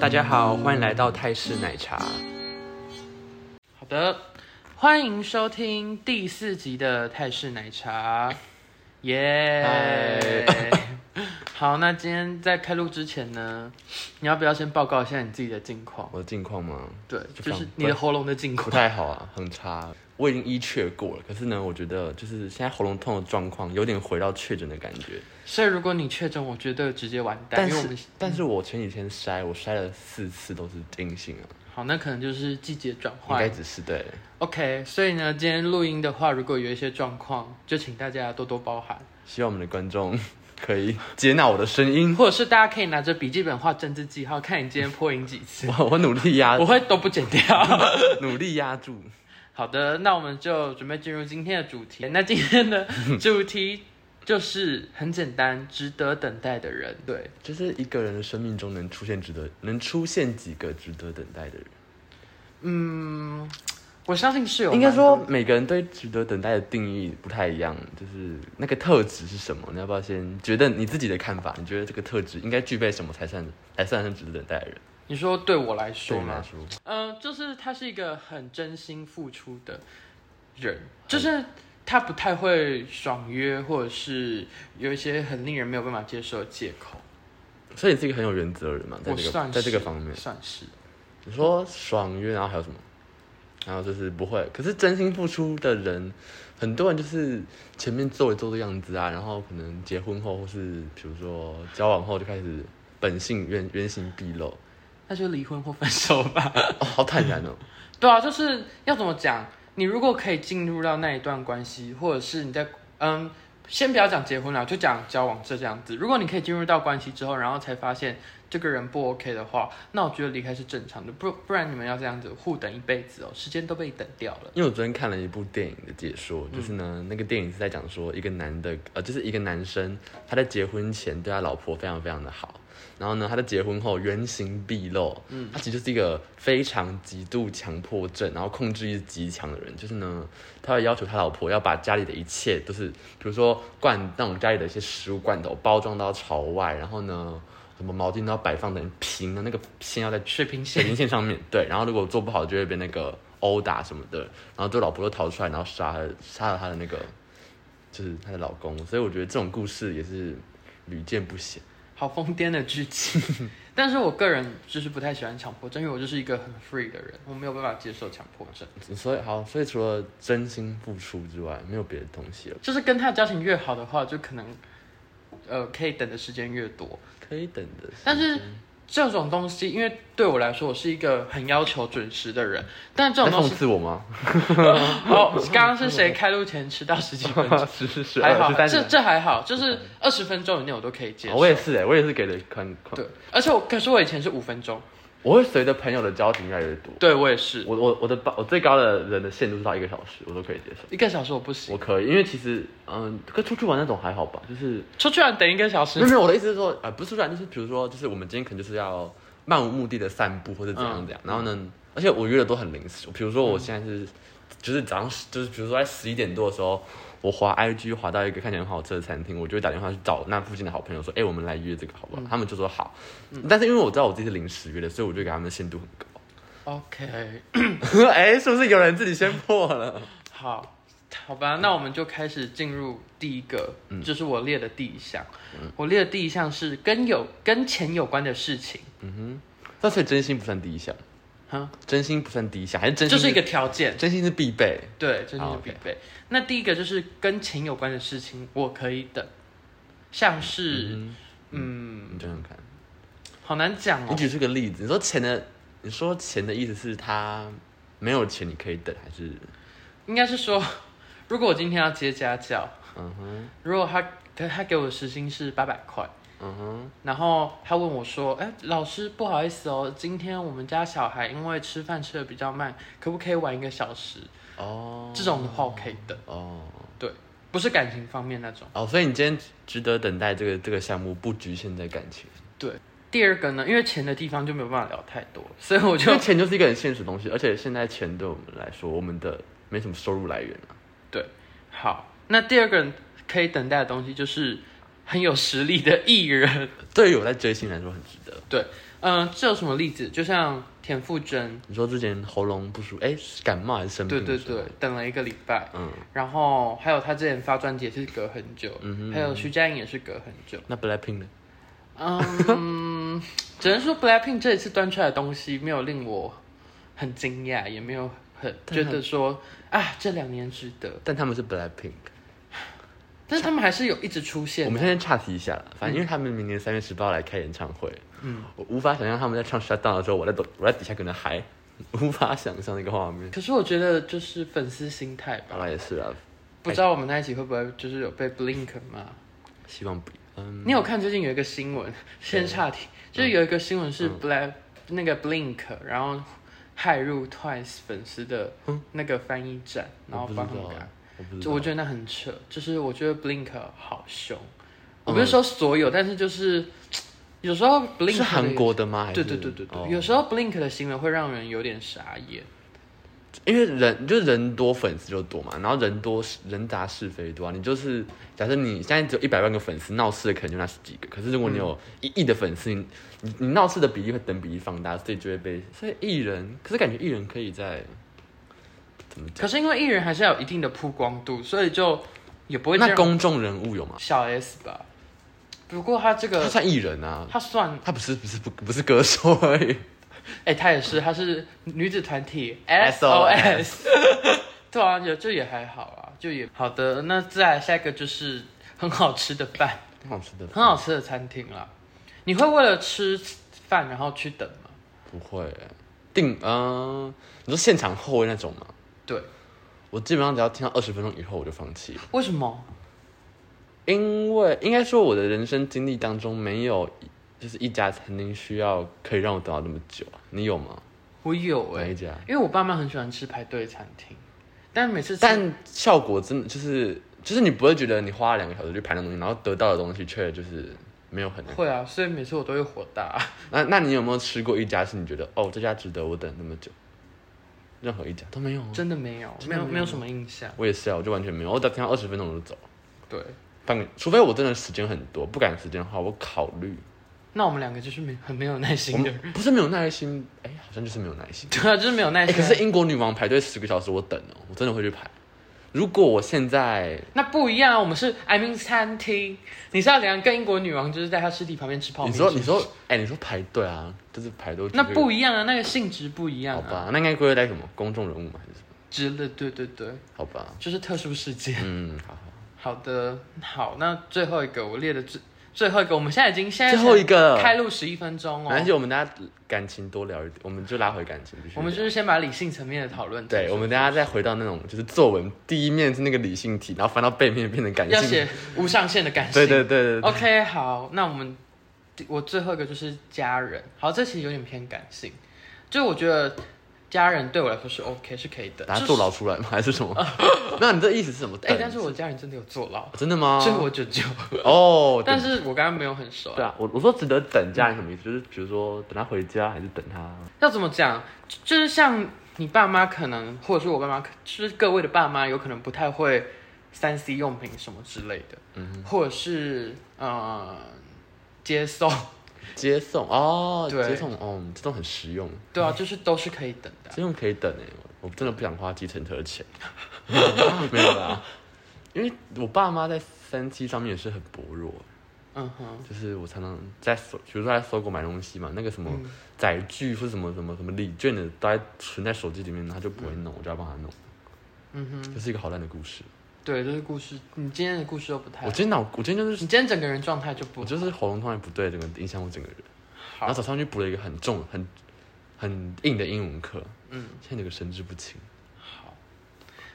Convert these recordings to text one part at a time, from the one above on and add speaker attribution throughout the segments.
Speaker 1: 大家好，欢迎来到泰式奶茶。
Speaker 2: 好的，欢迎收听第四集的泰式奶茶，耶、好，那今天在开录之前呢，你要不要先报告一下你自己的近况？
Speaker 1: 我的近况吗？
Speaker 2: 对，
Speaker 1: 就
Speaker 2: 就是
Speaker 1: 想
Speaker 2: 你的喉咙的近
Speaker 1: 不
Speaker 2: 况。
Speaker 1: 太好啊，很差。我已经一确过了，可是呢，我觉得就是现在喉咙痛的状况有点回到确诊的感觉。
Speaker 2: 所以如果你确诊，我绝对直接完
Speaker 1: 但
Speaker 2: 蛋，因为我
Speaker 1: 是
Speaker 2: 们，
Speaker 1: 但是我前几天筛，我筛了四次都是阴性啊，
Speaker 2: 好，那可能就是季节转
Speaker 1: 应该
Speaker 2: 换。
Speaker 1: 只是对。
Speaker 2: OK，所以呢，今天录音的话，如果有一些状况，就请大家多多包涵，
Speaker 1: 希望我们的观众可以接纳我的声音，
Speaker 2: 或者是大家可以拿着笔记本画政治记号，看你今天破音几次，
Speaker 1: 我我努力压
Speaker 2: 我，会都不剪掉。
Speaker 1: 努力压住。
Speaker 2: 好的，那我们就准备进入今天的主题。那今 天的主题就是很简单，值得等待的人。对，
Speaker 1: 就是一个人的生命中能出现值得，能出现几个值得等待的人。
Speaker 2: 嗯，我相信是有蛮
Speaker 1: 应
Speaker 2: 多。
Speaker 1: 该说，每个人对值得等待的定义不太一样，就是那个特质是什么？你要不要先觉得你自己的看法？你觉得这个特质应该具备什么才算才算是值得等待的人？
Speaker 2: 你说对我来
Speaker 1: 对
Speaker 2: 说
Speaker 1: 你来
Speaker 2: 吗？
Speaker 1: 说，
Speaker 2: 嗯、就是他是一个很真心付出的人，就是他不太会爽约，或者是有一些很令人没有办法接受的借口。
Speaker 1: 所以你是一个很有原则的人嘛，在
Speaker 2: 我
Speaker 1: 这
Speaker 2: 算
Speaker 1: 个
Speaker 2: 是
Speaker 1: 在这个方面，
Speaker 2: 算是
Speaker 1: 你说爽约，然后还有什么？然后就是不会，可是真心付出的人，很多人就是前面做一做的样子啊，然后可能结婚后或是比如说交往后就开始本性原原形毕露，
Speaker 2: 那就离婚或分手吧。
Speaker 1: 哦，好坦然哦，
Speaker 2: 对啊，就是要怎么讲？你如果可以进入到那一段关系，或者是你在嗯，先不要讲结婚了，就讲交往这这样子。如果你可以进入到关系之后，然后才发现这个人不 OK 的话，那我觉得离开是正常的，不不然你们要这样子互等一辈子哦，时间都被等掉了。
Speaker 1: 因为我昨天看了一部电影的解说，就是呢，那个电影是在讲说一个男的，呃，就是一个男生他在结婚前对他老婆非常非常的好，然后呢，他在结婚后原形毕露，嗯，他其实就是一个非常极度强迫症，然后控制欲极强的人，就是呢，他会要求他老婆要把家里的一切都是，比如说罐那种家里的一些食物罐头包装到朝外，然后呢，什么毛巾都要摆放的很平的那个线要在
Speaker 2: 水平
Speaker 1: 水
Speaker 2: 线，
Speaker 1: 平线上面，对，然后如果做不好就会被那个殴打什么的，然后就老婆就逃出来，然后杀了杀了她的那个，就是她的老公，所以我觉得这种故事也是屡见不鲜。
Speaker 2: 好疯癫的剧情。但是我个人就是不太喜欢强迫症，因为我就是一个很 free 的人，我没有办法接受强迫症。
Speaker 1: 所以好，所以除了真心付出之外，没有别的东西了，
Speaker 2: 就是跟他的交情越好的话，就可能呃可以等的时间越多。
Speaker 1: 可以等的。
Speaker 2: 但是
Speaker 1: 嗯
Speaker 2: 这种东西，因为对我来说，我是一个很要求准时的人，但这
Speaker 1: 在
Speaker 2: 种东
Speaker 1: 讽
Speaker 2: 西，
Speaker 1: 刺我吗？
Speaker 2: 哦，刚刚是谁开路前迟到十几 分钟？
Speaker 1: 是是是，
Speaker 2: 还好，
Speaker 1: 是三嗯
Speaker 2: 这这还好，就是二十分钟以内我都可以接受。
Speaker 1: 我也是哎、我也是给的宽宽，
Speaker 2: 对，而且我可是我以前是五分钟，
Speaker 1: 我会随着朋友的交情越来越多。
Speaker 2: 对我也是
Speaker 1: 我我我的我最高的人的限度是到一个小时，我都可以接受。
Speaker 2: 一个小时我不行，
Speaker 1: 我可以，因为其实嗯，跟出去玩那种还好吧，就是
Speaker 2: 出去玩等一个小
Speaker 1: 没有
Speaker 2: 时，
Speaker 1: 没有，我的意思是说，呃，不是突然，就是比如说，就是我们今天可能就是要漫无目的的散步或者怎样怎样，然后呢，而且我约的都很临时，比如说我现在是，就是早上十就是比如说在十一点多的时候，我滑 IG 滑到一个看起来很好吃的餐厅，我就会打电话去找那附近的好朋友说，哎、我们来约这个好不好？他们就说好，但是因为我知道我自己是临时约的，所以我就给他们的限度很高。
Speaker 2: OK，
Speaker 1: 哎、是不是有人自己先破 了？
Speaker 2: 好，好吧，那我们就开始进入第一个，
Speaker 1: 嗯
Speaker 2: 就是我列的第一项，我列的第一项是跟有跟钱有关的事情，
Speaker 1: 那所以真心不算第一项，
Speaker 2: 哈，
Speaker 1: 真心不算第一项，还是真
Speaker 2: 就
Speaker 1: 心
Speaker 2: 是一个条件。
Speaker 1: 真心是必备。
Speaker 2: 对，这就
Speaker 1: 好
Speaker 2: 是必备。那第一个就是跟钱有关的事情，我可以等，像是
Speaker 1: 嗯
Speaker 2: 嗯，
Speaker 1: 你想想看。
Speaker 2: 好难讲
Speaker 1: 你
Speaker 2: 哦。
Speaker 1: 举出个例子，你说钱的，你说钱的意思是他没有钱你可以等，还是
Speaker 2: 应该是说，如果我今天要接家教，
Speaker 1: 嗯哼
Speaker 2: 如果他他他给我的时薪是八百块，
Speaker 1: 嗯哼
Speaker 2: 然后他问我说：“哎，老师，不好意思哦，今天我们家小孩因为吃饭吃的比较慢，可不可以晚一个小时
Speaker 1: 哦？”
Speaker 2: 这种的话，我可以等，
Speaker 1: 哦
Speaker 2: 不是感情方面那种。
Speaker 1: 哦，所以你今天值得等待这个这个项目不局限在感情，
Speaker 2: 第二个呢，因为钱的地方就没有办法聊太多，所以我
Speaker 1: 我
Speaker 2: 就
Speaker 1: 觉得钱就是一个很现实的东西，而且现在钱对我们来说，我们的没什么收入来源啊。
Speaker 2: 好，那第二个人可以等待的东西就是很有实力的艺人。
Speaker 1: 对于我在追星来说很值得。
Speaker 2: 嗯、这有什么例子？就像田馥甄，
Speaker 1: 你说之前喉咙不舒服，哎，是感冒还是生病？
Speaker 2: 对对对，，等了一个礼拜，
Speaker 1: 嗯
Speaker 2: 然后还有他之前发专辑也是隔很久，
Speaker 1: 嗯哼，
Speaker 2: 还有徐佳莹也是隔很久。
Speaker 1: 那 BLACKPINK 呢？
Speaker 2: 嗯， 只能说 BLACKPINK 这一次端出来的东西没有令我很惊讶，也没有很
Speaker 1: 但
Speaker 2: 觉
Speaker 1: 他
Speaker 2: 得说啊这两年值得，
Speaker 1: 但他们是 BLACKPINK。
Speaker 2: 但是他们还是有一直出现
Speaker 1: 我们现在岔题一下了，反正因为他们明年三月十八来开演唱会，嗯，我无法想象他们在唱 Shut Down 的时候，我在抖，我在底下跟着嗨，无法想象那个画面。
Speaker 2: 可是我觉得就是粉丝心态
Speaker 1: 好
Speaker 2: 吧，
Speaker 1: 了，也是啊，
Speaker 2: 不知道我们在一起会不会就是有被 blink 骂。
Speaker 1: 希望不，嗯，
Speaker 2: 你有看最近有一个新闻，先岔题，就是有一个新闻是
Speaker 1: 嗯
Speaker 2: black、那个 blink，然后害入 twice 粉丝的那个翻译站，
Speaker 1: 嗯我
Speaker 2: 然后
Speaker 1: 不知
Speaker 2: 帮他
Speaker 1: 道
Speaker 2: 们改。
Speaker 1: 啊，我不知
Speaker 2: 就
Speaker 1: 道，嗯
Speaker 2: 我觉得那很扯，就是我觉得 Blink 好凶，我不是说所有，但是就是有时候 Blink
Speaker 1: 是韩国的吗？
Speaker 2: 的，
Speaker 1: 还
Speaker 2: 对
Speaker 1: 是
Speaker 2: 对对对对，
Speaker 1: 哦
Speaker 2: 有时候 Blink 的行为会让人有点傻眼。
Speaker 1: 因为人就人多粉丝就多嘛，然后人多人杂是非多啊。你就是假设你现在只有一百万个粉丝，闹事的可能就那十几个。可是如果你有一亿的粉丝，你你你闹事的比例会等比例放大，所以就会被所以艺人。可是感觉艺人可以在怎么
Speaker 2: 可是因为艺人还是要有一定的曝光度，所以就也不会
Speaker 1: 讲？
Speaker 2: 这
Speaker 1: 那
Speaker 2: 样
Speaker 1: 公众人物有吗？
Speaker 2: 小 S 吧。不过他这
Speaker 1: 他
Speaker 2: 个
Speaker 1: 算艺人啊，
Speaker 2: 他算，
Speaker 1: 他不是不是不不是歌手而已。
Speaker 2: 哎、他也是，他是女子团体
Speaker 1: SOS
Speaker 2: SOS。对 啊，也这也还好啊，就也好的。那再来下一个就是很好吃的饭。
Speaker 1: 很好吃的，
Speaker 2: 很好吃的餐厅啦。你会为了吃饭然后去等吗？
Speaker 1: 不会定嗯、你说现场后位那种吗？
Speaker 2: 对，
Speaker 1: 我基本上只要听到二十分钟以后我就放弃了。
Speaker 2: 为什么？
Speaker 1: 因为应该说我的人生经历当中没有一，就是一家餐厅需要可以让我等到那么久啊。你有吗？
Speaker 2: 我有哎、
Speaker 1: 哪一家？
Speaker 2: 因为我爸妈很喜欢吃排队餐厅，但每次吃
Speaker 1: 但效果真的就是，就是你不会觉得你花了两个小时去排那东西，然后得到的东西却就是没有很那个。
Speaker 2: 会啊，所以每次我都会火大。
Speaker 1: 那那你有没有吃过一家是你觉得哦这家值得我等那么久？任何一家都没有啊。
Speaker 2: 真的没有，
Speaker 1: 真
Speaker 2: 没
Speaker 1: 的
Speaker 2: 有
Speaker 1: 没有
Speaker 2: 没有什么印象。
Speaker 1: 我也是啊，我就完全没有，我只要听到二十分钟我就走了。
Speaker 2: 对，
Speaker 1: 半个，除非我真的时间很多，不赶时间的话，我考虑。
Speaker 2: 那我们两个就是没很没有耐
Speaker 1: 我
Speaker 2: 心的人，
Speaker 1: 们不是没有耐心，哎、好像就是没有耐心。
Speaker 2: 对啊，就是没有耐
Speaker 1: 哎、
Speaker 2: 心
Speaker 1: 可
Speaker 2: 啊。
Speaker 1: 是英国女王排队十个小时，我等哦，我真的会去排。如果我现在
Speaker 2: 那不一样啊，我们是 I mean 餐厅，你是要怎样跟英国女王就是在她尸体旁边吃泡
Speaker 1: 你
Speaker 2: 面？
Speaker 1: 说你说哎、你说排队啊，就是排队，
Speaker 2: 那不一样啊，那个性质不一样
Speaker 1: 好
Speaker 2: 啊，
Speaker 1: 吧？那应该归类在什么公众人物嘛，还是什么？
Speaker 2: 之类，对对对，
Speaker 1: 好吧，
Speaker 2: 就是特殊事件。
Speaker 1: 嗯，好好。
Speaker 2: 好的，好，那最后一个我列的最最后一个，我们现在已经现在
Speaker 1: 最后一个，
Speaker 2: 开录十一分钟
Speaker 1: 没关
Speaker 2: 哦
Speaker 1: 系，，我们大家感情多聊一点，我们就拉回感情，必须。
Speaker 2: 我们就是先把理性层面的讨论，
Speaker 1: 对，我们等一下再回到那种就是作文第一面是那个理性题，然后翻到背面变成感
Speaker 2: 要
Speaker 1: 性。
Speaker 2: 写哦无上限的感性。
Speaker 1: 对对对对对，
Speaker 2: OK，好，那我们我最后一个就是家人，好，这其实有点偏感性，就我觉得家人对我来说是 OK，是可以的，
Speaker 1: 把它
Speaker 2: 就
Speaker 1: 坐
Speaker 2: 是。
Speaker 1: 牢出来吗？还是什么？ 那你这意思是什么？
Speaker 2: 哦
Speaker 1: 哎
Speaker 2: 哎，但是我家人真的有坐牢，
Speaker 1: 真的吗？
Speaker 2: 是我舅舅，
Speaker 1: 哦，对
Speaker 2: 但是我刚刚没有很熟啊。
Speaker 1: 对啊，我我说值得等家人什么意思？就是比如说等他回家，还是等他？
Speaker 2: 要怎么讲？就就是像你爸妈可能，或者是我爸妈，就是各位的爸妈有可能不太会三 C 用品什么之类的，嗯，或者是呃接送，
Speaker 1: 接送哦，
Speaker 2: 对
Speaker 1: 接送哦，这种很实用，
Speaker 2: 对啊，就是都是可以等的啊。
Speaker 1: 这种可以等哎，我我真的不想花计程车 钱，没有啦，因为我爸妈在三 C 上面也是很薄弱，
Speaker 2: 嗯哼，
Speaker 1: 就是我常常在搜，比如说在搜狗买东西嘛，那个什么
Speaker 2: 嗯
Speaker 1: 载具或什么什么什么礼券的，都在存在手机里面，他就不会弄，我就要帮他弄，
Speaker 2: 嗯哼，
Speaker 1: 这是一个好烂的故事。
Speaker 2: 对，这是故事。你今天的故事都不太
Speaker 1: 我，今天脑，我今天就是
Speaker 2: 你今天整个人状态就不
Speaker 1: 我就是喉咙突然不对，整个影响我整个人。然
Speaker 2: 好
Speaker 1: 后。早上去补了一个很重、很很硬的英文课，
Speaker 2: 嗯，
Speaker 1: 现在整个神志不清。
Speaker 2: 好。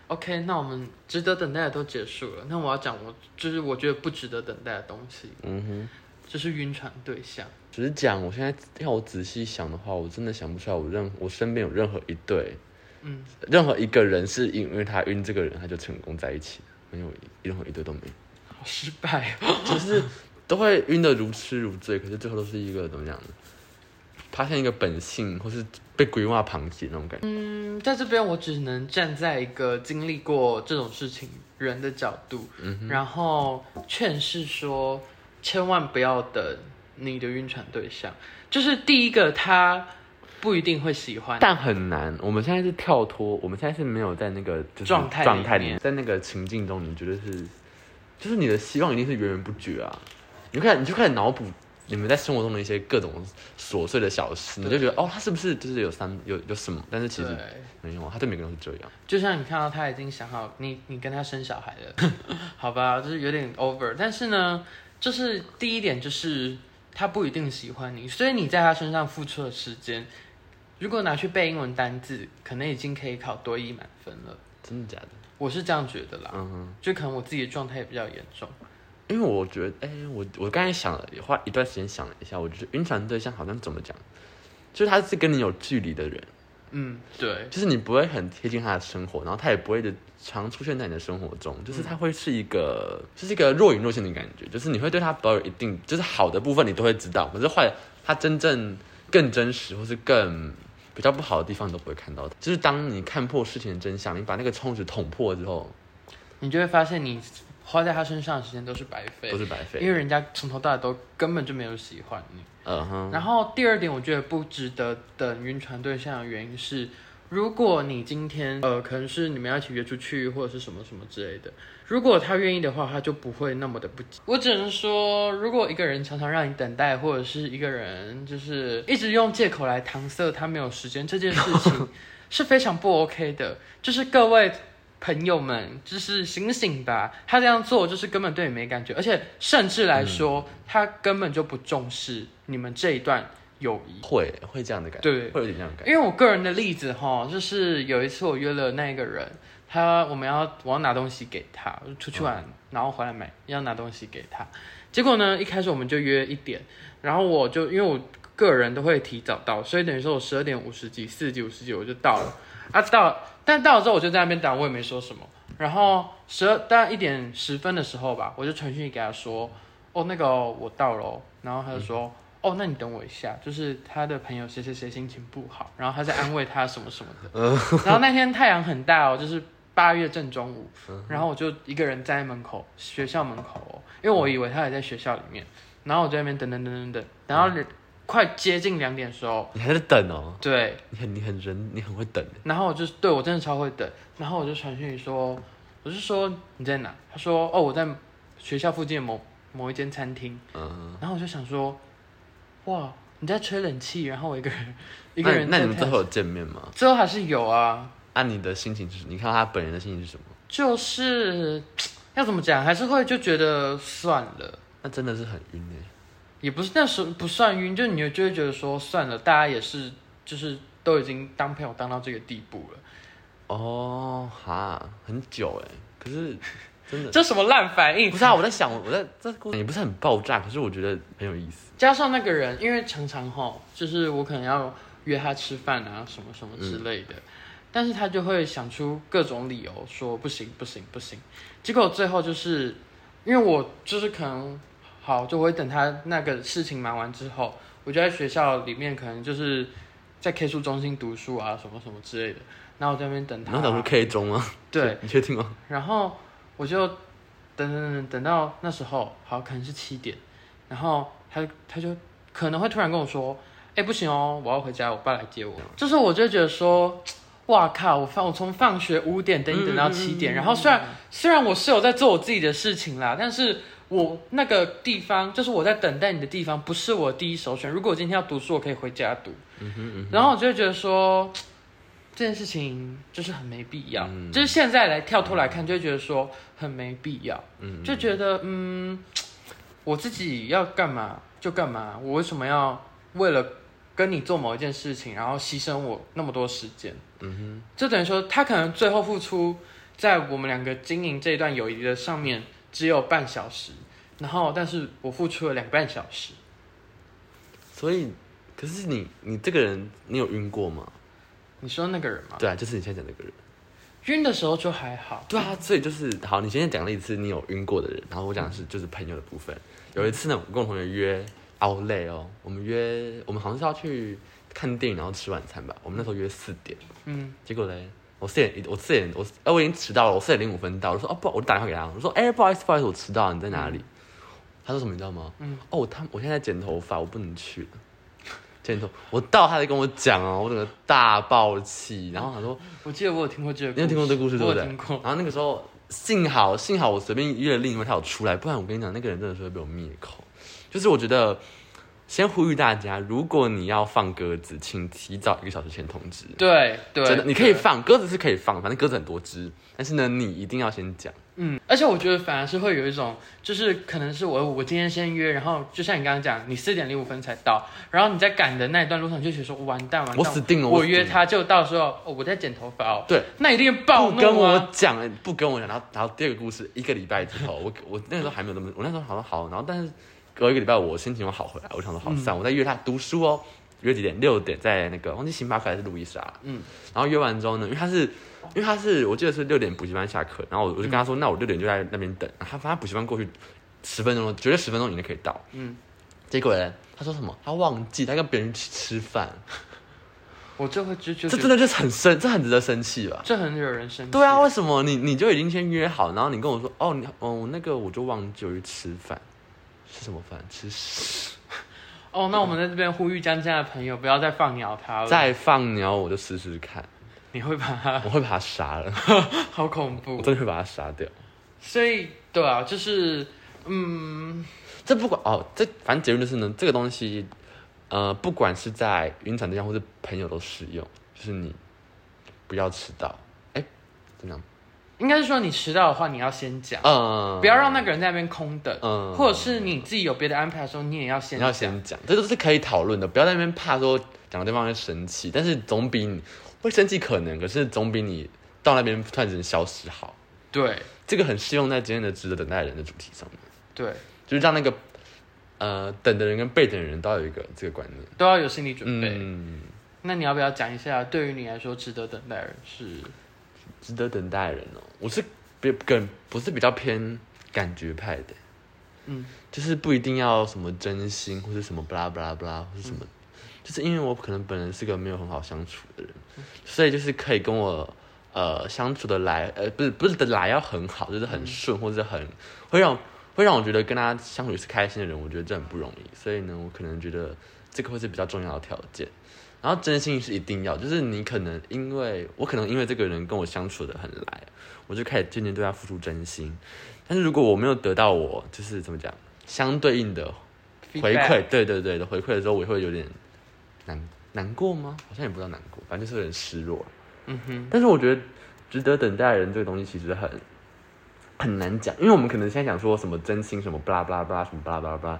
Speaker 2: OK，那我们值得等待的都结束了。那我要讲我就是我觉得不值得等待的东西，
Speaker 1: 嗯哼，
Speaker 2: 就是晕船对象。
Speaker 1: 只是讲，我现在要我仔细想的话，我真的想不出来，我任我身边有任何一对，
Speaker 2: 嗯，
Speaker 1: 任何一个人是因为他晕这个人，他就成功在一起，没有任何一对都没有，
Speaker 2: 好失败 哦
Speaker 1: 就是都会晕得如痴如醉，可是最后都是一个怎么讲呢？发现一个本性，或是被规划螃蟹那种感觉。
Speaker 2: 嗯，在这边我只能站在一个经
Speaker 1: 嗯
Speaker 2: 历过这种事情人的角度，然后劝是说，千万不要等你的晕船对象，就是第一个他不一定会喜欢，
Speaker 1: 但很难。我们现在是跳脱，我们现在是没有在那个就是
Speaker 2: 状态里
Speaker 1: 状态里
Speaker 2: 面
Speaker 1: 面，在那个情境中，你觉得是，就是你的希望一定是源源不绝啊。你就开始你就开始脑补你们在生活中的一些各种琐碎的小事，你就觉得哦，他是不是就是有三有有什么？但是其实
Speaker 2: 对
Speaker 1: 没有啊，他对每个人都是这样。
Speaker 2: 就像你看到他已经想好你你跟他生小孩了， 好吧，就是有点 over。但是呢，就是第一点就是他不一定喜欢你，所以你在他身上付出的时间，如果拿去背英文单字，可能已经可以考多一满分了。
Speaker 1: 真的假的？
Speaker 2: 我是这样觉得啦，
Speaker 1: 嗯哼。
Speaker 2: 就可能我自己的状态也比较严重。
Speaker 1: 因为我觉得，哎、我我刚才想了，花一段时间想了一下，我觉得晕船对象好像怎么讲，就是他是跟你有距离的人，
Speaker 2: 嗯，对，
Speaker 1: 就是你不会很贴近他的生活，然后他也不会的常出现在你的生活中，就是
Speaker 2: 嗯
Speaker 1: 他会是一个，就是一个若隐若现的感觉，就是你会对他保有一定，就是好的部分你都会知道，可是坏的他真正更真实或是更比较不好的地方你都不会看到，就是当你看破事情的真相，你把那个充值捅破之后，
Speaker 2: 你就会发现你花在他身上的时间都是白费
Speaker 1: 都，是白
Speaker 2: 因
Speaker 1: 费。
Speaker 2: 为人家从头到尾都根本就没有喜欢你。
Speaker 1: 嗯哼，
Speaker 2: 然后第二点，我觉得不值得等晕船对象的原因是，如果你今天呃，可能是你们要一起约出去或者是什么什么之类的，如果他愿意的话，他就不会那么的不急。我只能说，如果一个人常常让你等待，或者是一个人就是一直用借口来搪塞他没有时间这件事情， 是非常不 OK 的。就是各位。朋友们，就是醒醒吧！他这样做就是根本对你没感觉，而且甚至来说，他根本就不重视你们这一段友谊。
Speaker 1: 会会这样的感觉，
Speaker 2: 对
Speaker 1: 会有点这样的感觉。
Speaker 2: 因为我个人的例子哈，就是有一次我约了那个人，他我们要我要拿东西给他，我就出去玩，
Speaker 1: 嗯
Speaker 2: 然后回来买要拿东西给他。结果呢，一开始我们就约一点，然后我就因为我个人都会提早到，所以等于说我十二点五十几、四十几、五十几我就到了啊，到但到了之后我就在那边等，我也没说什么。然后十二大概一点十分的时候吧，我就传讯给他说，哦那个哦我到了哦，然后他就说。哦，那你等我一下，就是他的朋友谁谁谁心情不好，然后他在安慰他什么什么的。 然后那天太阳很大哦，就是八月正中午，然后我就一个人站在门口，学校门口哦，因为我以为他也在学校里面，然后我在那边等等等等等，然后人快接近两点的时候，
Speaker 1: 你还在等哦，
Speaker 2: 对，
Speaker 1: 你很你很人，你很会等。
Speaker 2: 然后我就对我真的超会等，然后我就传讯息说，我就说你在哪？他说哦我在学校附近的某某一间餐厅。
Speaker 1: 嗯，
Speaker 2: 然后我就想说，哇，你在吹冷气，然后我一个人一个
Speaker 1: 那
Speaker 2: 人
Speaker 1: 那
Speaker 2: 在
Speaker 1: 你们
Speaker 2: 太
Speaker 1: 最后有见面吗？
Speaker 2: 最后还是有啊，
Speaker 1: 啊，你的心情是？你看到他本人的心情是什么？
Speaker 2: 就是要怎么讲，还是会就觉得算了，
Speaker 1: 那真的是很晕哎。
Speaker 2: 也不是那时候不算晕，就你就会觉得说算了，大家也是就是都已经当朋友当到这个地步了，
Speaker 1: 哦，哈，很久哎。可是真 的
Speaker 2: 这什么烂反应
Speaker 1: 不？是啊，我在想，我在这故事也不是很爆炸，可是我觉得很有意思。
Speaker 2: 加上那个人，因为常常吼，就是我可能要约他吃饭啊，什么什么
Speaker 1: 嗯
Speaker 2: 之类的，但是他就会想出各种理由说不行不行不行，结果最后就是因为我就是可能好，就我会等他那个事情忙完之后，我就在学校里面可能就是在 K 书中心读书啊，什么什么之类的，然后我在那边等
Speaker 1: 你
Speaker 2: 他、
Speaker 1: 后想说 K 中吗？
Speaker 2: 对，，
Speaker 1: 你确定吗？
Speaker 2: 然后我就等等等等等到那时候，好，可能是七点，然后他他就可能会突然跟我说，哎，不行哦，我要回家，我爸来接我。这时候我就觉得说，哇靠，我放我从放学五点
Speaker 1: 嗯
Speaker 2: 等你等到七点，然后虽然虽然我是有在做我自己的事情啦，但是。我那个地方，就是我在等待你的地方，不是我第一首选。如果我今天要读书，我可以回家读。
Speaker 1: 嗯
Speaker 2: 然后我就会觉得说，这件事情就是很没必要，
Speaker 1: 嗯
Speaker 2: 就是现在来跳脱来看，就会觉得说很没必要，
Speaker 1: 嗯
Speaker 2: 就觉得嗯，我自己要干嘛就干嘛，我为什么要为了跟你做某一件事情，然后牺牲我那么多时间？
Speaker 1: 嗯
Speaker 2: 就等于说，他可能最后付出在我们两个经营这一段友谊的上面只有半小时，然后但是我付出了两个半小时。
Speaker 1: 哼，所以可是你你这个人，你有晕过吗？
Speaker 2: 你说那个人吗？
Speaker 1: 对啊，就是你现在讲这个人。
Speaker 2: 晕的时候就还好，
Speaker 1: 对啊，所以就是好，你今天讲了一次你有晕过的人，然后我讲的是就是朋友的部分。有一次呢，我跟我同学约 o u t 哦，我们约我们好像是要去看电影，然后吃晚餐吧。我们那时候约四点，
Speaker 2: 嗯，
Speaker 1: 结果嘞，我四点我四点我呃我已经迟到了，我四点零五分到，我说哦不，我就打电话给他，我说哎、不好意思不好意思，我迟到了，你在哪里？他说什么你知道吗？
Speaker 2: 嗯
Speaker 1: 嗯，哦，他我现在在剪头发，我不能去了。剪头，我到他才跟我讲哦，我整个大爆气。然后他说，
Speaker 2: 我记得我有听过这个，
Speaker 1: 你有听过这个故事对
Speaker 2: 我
Speaker 1: 不
Speaker 2: 有
Speaker 1: 对？
Speaker 2: 听过。
Speaker 1: 然后那个时候幸好幸好我随便约了另一位他有出来，不然我跟你讲，那个人真的是会被我灭口。就是我觉得，先呼吁大家，如果你要放鸽子，请提早一个小时前通知。
Speaker 2: 对对，
Speaker 1: 真的，你可以
Speaker 2: 对
Speaker 1: 放鸽子是可以放，反正鸽子很多只，但是呢，你一定要先讲。
Speaker 2: 嗯，而且我觉得反而是会有一种，就是可能是我我今天先约，然后就像你刚刚讲，你四点零五分才到，然后你在赶的那一段路上就觉得说完蛋完蛋，
Speaker 1: 我死定了
Speaker 2: 我
Speaker 1: 我死定
Speaker 2: 约
Speaker 1: 了
Speaker 2: 他就到时候哦我在剪头发哦，
Speaker 1: 对，
Speaker 2: 那一定暴
Speaker 1: 不
Speaker 2: 怒
Speaker 1: 跟我
Speaker 2: 啊，
Speaker 1: 讲，不跟我讲。然后，然后第二个故事，一个礼拜之后，我我那个时候还没有那么，我那时候好像好，然后但是隔一个礼拜我心情又好回来，我想说好算，我再约他读书哦，约几点？六点在那个忘记星巴克还是路易莎，
Speaker 2: 嗯
Speaker 1: 嗯，然后约完之后呢，因为他是因为他是我记得是六点补习班下课，然后我我就跟他说，那我六点就在那边等，然后他反正补习班过去十分钟，绝对十分钟以内可以到，
Speaker 2: 嗯
Speaker 1: 嗯，结果呢，他说什么？他忘记，他跟别人去吃饭，
Speaker 2: 我就会就就
Speaker 1: 这
Speaker 2: 觉
Speaker 1: 真
Speaker 2: 得
Speaker 1: 的就是很生，这很值得生气吧？
Speaker 2: 这很惹人生气，
Speaker 1: 对啊，，为什么你你就已经先约好，然后你跟我说哦，你哦那个我就忘记我去吃饭，吃什么饭？吃屎！
Speaker 2: 哦，那我们在这边呼吁江江的朋友不要再放鸟他了，
Speaker 1: 再放鸟我就试试看，
Speaker 2: 你会把他
Speaker 1: 我会把它杀了，
Speaker 2: 好恐怖
Speaker 1: 我，真的会把它杀掉。
Speaker 2: 所以对啊，就是嗯
Speaker 1: 这不管哦，这反正结论就是呢，这个东西，呃，不管是在晕船对象或是朋友都适用，就是你不要迟到，哎，怎么样？
Speaker 2: 应该是说你迟到的话你要先讲。
Speaker 1: 嗯，
Speaker 2: 不要让那个人在那边空等，
Speaker 1: 嗯
Speaker 2: 或者是你自己有别的安排的时候，你也要先
Speaker 1: 你要
Speaker 2: 讲
Speaker 1: 先讲，这都是可以讨论的，不要在那边怕说讲了对方会生气，但是总比你会生气可能，可是总比你到那边突然间消失好。
Speaker 2: 对
Speaker 1: 这个很适用在今天的值得等待的人的主题上面，
Speaker 2: 对，
Speaker 1: 就是让那个呃等的人跟被等的人都要有一个这个观念。
Speaker 2: 都要有心理准备。
Speaker 1: 嗯，
Speaker 2: 那你要不要讲一下，对于你来说值得等待的人是？
Speaker 1: 值得等待的人哦，我是比更不是比较偏感觉派的，
Speaker 2: 嗯，
Speaker 1: 就是不一定要什么真心或是什么巴拉巴拉巴拉或是什么，就是因为我可能本人是个没有很好相处的人，所以就是可以跟我呃相处的来，呃不是不是的来要很好，就是很顺、或者很会让会让我觉得跟他相处是开心的人，我觉得这很不容易，所以呢，我可能觉得这个会是比较重要的条件。然后真心是一定要，就是你可能因为我可能因为这个人跟我相处的很来，我就开始渐渐对他付出真心，但是如果我没有得到我就是怎么讲相对应的回
Speaker 2: feedback
Speaker 1: 馈，对对对的回馈的时候，我也会有点难难过吗？好像也不知道难过，反正就是有点失落。
Speaker 2: 嗯哼，
Speaker 1: 但是我觉得值得等待的人这个东西其实很很难讲，因为我们可能现在讲说什么真心什么巴拉巴拉巴拉什么巴拉巴拉巴拉，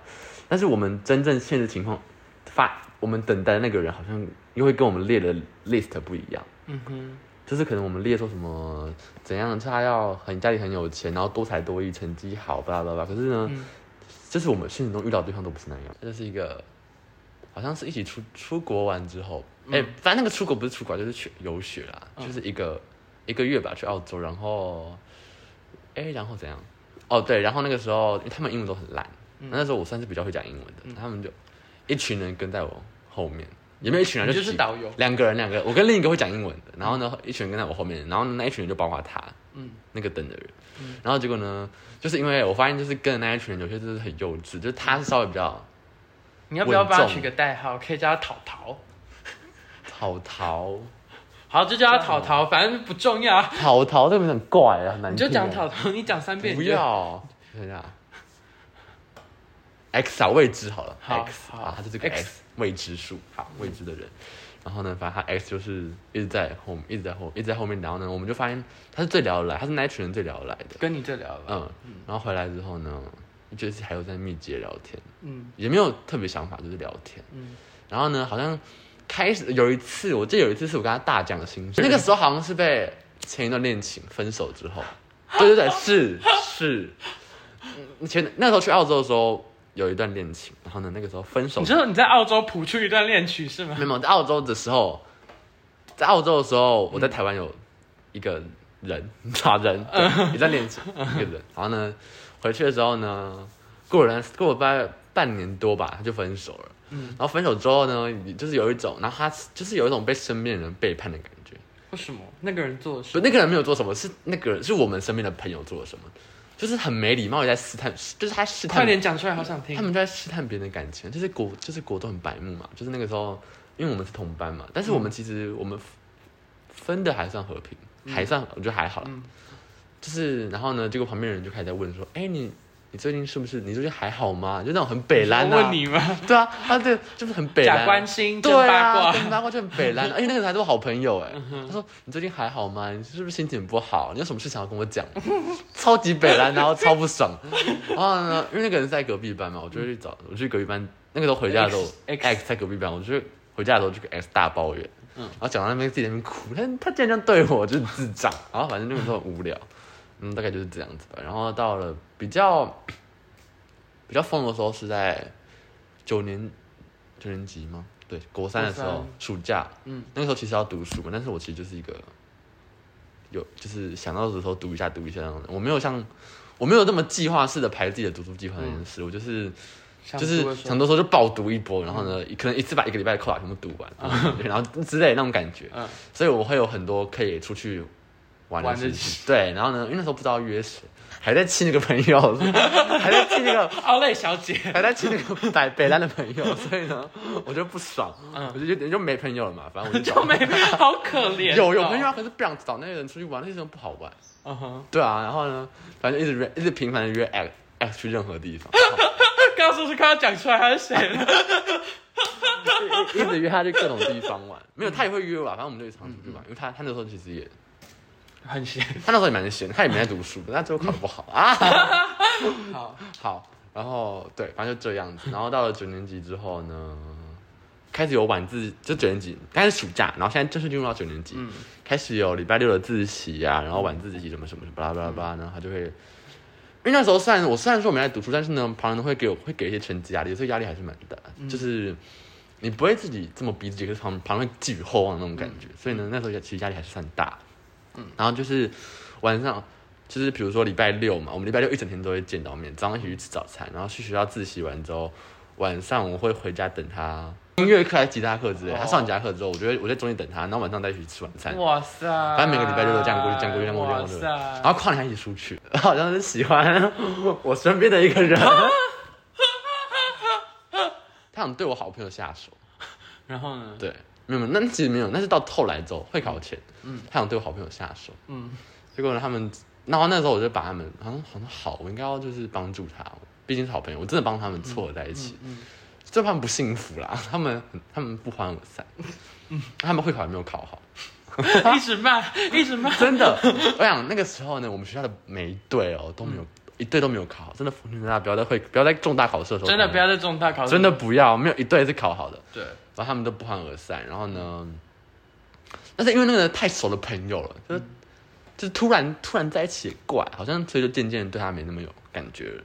Speaker 1: 但是我们真正现实情况发我们等待的那个人好像又会跟我们列的 list 不一样。
Speaker 2: 嗯哼，
Speaker 1: 就是可能我们列说什么怎样，他要很家里很有钱，然后多才多艺，成绩好，巴拉巴拉。可是呢，
Speaker 2: 嗯
Speaker 1: 就是我们现实中遇到的对象都不是那样。这是一个，好像是一起出出国玩之后，哎、反正那个出国不是出国，就是去游学啦，
Speaker 2: 嗯
Speaker 1: 就是一个、一个月吧，去澳洲，然后，哎、然后怎样？哦，对，然后那个时候，因为他们英文都很烂，
Speaker 2: 嗯
Speaker 1: 那时候我算是比较会讲英文的，他们就一群人跟在我后面，也没有一群人，
Speaker 2: 哦你就是
Speaker 1: 几
Speaker 2: 导游。
Speaker 1: 两个人，两个，我跟另一个会讲英文的，然后呢，一群人跟在我后面，然后那一群人就包括他，
Speaker 2: 嗯
Speaker 1: 嗯，那个等的人，然后结果呢，就是因为我发现就是跟的那一群人有些真的很幼稚，就是他是稍微比较
Speaker 2: 你要不要
Speaker 1: 稳
Speaker 2: 帮他
Speaker 1: 重
Speaker 2: 取个代号？可以叫他淘淘。
Speaker 1: 淘淘
Speaker 2: 好，就叫他淘淘，反正不重要。啊
Speaker 1: 淘淘，这个名字很怪啊，很难
Speaker 2: 你
Speaker 1: 听啊
Speaker 2: 就讲淘淘，你讲三遍。
Speaker 1: 不
Speaker 2: 你就。
Speaker 1: 要，等一下，x 啊未知好了
Speaker 2: 好
Speaker 1: ，x
Speaker 2: 好
Speaker 1: 啊，他就是个
Speaker 2: X 嗯
Speaker 1: x 未知数，好未知的人。然后呢，反正他 X 就是一直在后，一直在后，一直在后面。然后呢，我们就发现他是最聊得来，他是那一群人最聊得来的。
Speaker 2: 跟你这聊吧。
Speaker 1: 嗯，然后回来之后呢，就是还有在密集的聊天，
Speaker 2: 嗯
Speaker 1: 也没有特别想法，就是聊天。
Speaker 2: 嗯
Speaker 1: 然后呢，好像开始有一次，我记得有一次是我跟他大讲心事，那个时候好像是被前一段恋情分手之后，对对对，是是，嗯前那时候去澳洲的时候有一段恋情，然后呢，那个时候分手
Speaker 2: 你，说你在澳洲谱出一段恋曲是 吗
Speaker 1: 没？有没有在澳洲的时候，在澳洲的时候，我在
Speaker 2: 嗯
Speaker 1: 台湾有一个人， 找人， 对也在练习一个人。然后呢，回去的时候呢，过了过了半半年多吧，他就分手了。
Speaker 2: 嗯
Speaker 1: 然后分手之后呢，就是有一种，然后他就是有一种被身边的人背叛的感觉。
Speaker 2: 为什么那个人做的
Speaker 1: 不，
Speaker 2: 事？
Speaker 1: 那个人没有做什么，是那个人是我们身边的朋友做了什么。就是很没礼貌，也在试探，就是他试探
Speaker 2: 快点讲出来，好想
Speaker 1: 他
Speaker 2: 听。
Speaker 1: 们就在试探别人的感情，就是国就是国都很白目嘛，就是那个时候，因为我们是同班嘛，但是我
Speaker 2: 嗯
Speaker 1: 们其实我们分的还算和平，还算我觉得还好啦。
Speaker 2: 嗯
Speaker 1: 就是然后呢，结果旁边人就开始在问说，哎、你你最近是不是你最近还好吗？就那种很北蓝
Speaker 2: 我
Speaker 1: 啊，
Speaker 2: 问你吗？
Speaker 1: 对啊，啊对，就是很北
Speaker 2: 假
Speaker 1: 蓝、
Speaker 2: 关心，
Speaker 1: 对
Speaker 2: 真八
Speaker 1: 啊，
Speaker 2: 卦。嗯
Speaker 1: 跟八卦就很北 蓝，而且那个还是我好朋友哎、他说你最近还好吗？你是不是心情不好？你有什么事想要跟我讲？ 超级北蓝，然后超不 爽。然后呢，因为那个人在隔壁班嘛，我就会去找，我去隔壁班。那个时候回家的时候
Speaker 2: X-
Speaker 1: ，X 在隔壁班，我就回家的时候就跟 X 大抱怨，
Speaker 2: 嗯
Speaker 1: 然后讲到那边自己在那边哭，他他竟然这样对我， 就是智障。然后反正那个时候很无聊，嗯，大概就是这样子吧。然后到了比较比较疯的时候是在九年九年级吗？对，国三的时
Speaker 2: 国
Speaker 1: 候
Speaker 2: 三，
Speaker 1: 暑假，
Speaker 2: 嗯，
Speaker 1: 那个时候其实要读书嘛，但是我其实就是一个有就是想到的时候读一下读一下那种人，我没有像我没有那么计划式的排自己的读书计划
Speaker 2: 嗯
Speaker 1: 那件事，我就是就是想
Speaker 2: 想
Speaker 1: 多时候就爆读一波，然后呢，可
Speaker 2: 嗯
Speaker 1: 能一次把一个礼拜的课表全部读完，然后之类的那种感觉，
Speaker 2: 嗯
Speaker 1: 所以我会有很多可以出去玩的
Speaker 2: 玩的
Speaker 1: 事情，对，然后呢，因为那时候不知道约谁，还在气那个朋友， 还在气那个
Speaker 2: 奥蕾小姐，
Speaker 1: 还在气那个北北南的朋友， 所以呢，我就不爽，
Speaker 2: 嗯
Speaker 1: 我就就就没朋友了嘛，反正我就
Speaker 2: 就
Speaker 1: 找
Speaker 2: 没好可怜哦。
Speaker 1: 有有朋友啊，可是不想找那个人出去玩，那些人不好玩。
Speaker 2: 嗯哼，
Speaker 1: 对啊，然后呢，反正一直约，一直频繁的约 X X 去任何地方，
Speaker 2: 刚刚说是快要讲出来他是谁了。
Speaker 1: 一直约他去各种地方玩。没有，他也会约我啦，反正我们就一起常出去玩，因为他他那时候其实也，
Speaker 2: 很闲，
Speaker 1: 他那时候也蛮闲，他也没在读书，但他最后考得不好啊。
Speaker 2: 好，
Speaker 1: 好，然后对，反正就这样子。然后到了九年级之后呢，开始有晚自，就九年级，但是暑假，然后现在正式进入到九年级，
Speaker 2: 嗯
Speaker 1: 开始有礼拜六的自习啊，然后晚自习什么什么什么巴拉巴拉巴拉，然后他就会。因为那时候虽然我虽然说我没在读书，但是呢，旁人会给我会给一些成绩压力，所以压力还是蛮大。就是你不会自己这么逼自己，可是旁旁人会寄予厚望那种感觉，所以呢，那时候其实压力还是算大。嗯，然后就是晚上，就是比如说礼拜六嘛，我们礼拜六一整天都会见到面，早上一起去吃早餐，然后去学校自习完之后，晚上我会回家等他音乐课还是吉他课之类的，他上完吉他课之后，我就会我在中间等他，然后晚上再一起吃晚餐。
Speaker 2: 哇塞！
Speaker 1: 反
Speaker 2: 反
Speaker 1: 正每个礼拜六都这样过去，这样过去，这样过去，这样
Speaker 2: 哇
Speaker 1: 过去。
Speaker 2: 塞！
Speaker 1: 然后跨年还一起出去， 好像是喜欢我身边的一个人，他想对我好朋友下手。
Speaker 2: 然后呢？
Speaker 1: 对，没有，没有，那其实没有，那是到后来之后会考前，嗯，他想对我好朋友下手，
Speaker 2: 嗯，
Speaker 1: 结果呢，他们，然后那时候我就把他们，好像好像好，我应该要就是帮助他，毕竟是好朋友，我真的帮他们撮合在一起，
Speaker 2: 嗯嗯
Speaker 1: 就他们不幸福啦，他们他们不欢而 散，他们会考也没有考好，
Speaker 2: 一直骂， 一直骂。
Speaker 1: 真的，我想那个时候呢，我们学校的每一队哦都没
Speaker 2: 嗯
Speaker 1: 有、一队都没有考好，真的奉劝大家不要再会不要在重大考试的时候
Speaker 2: 真的不要
Speaker 1: 再
Speaker 2: 再重大考试。
Speaker 1: 真的不要，没有一队是考好的，
Speaker 2: 对，
Speaker 1: 然后他们都不欢而散。然后呢，但是因为那个太熟的朋友了，就是、就是突然突然在一起也怪，好像所以就渐渐地对他没那么有感觉了。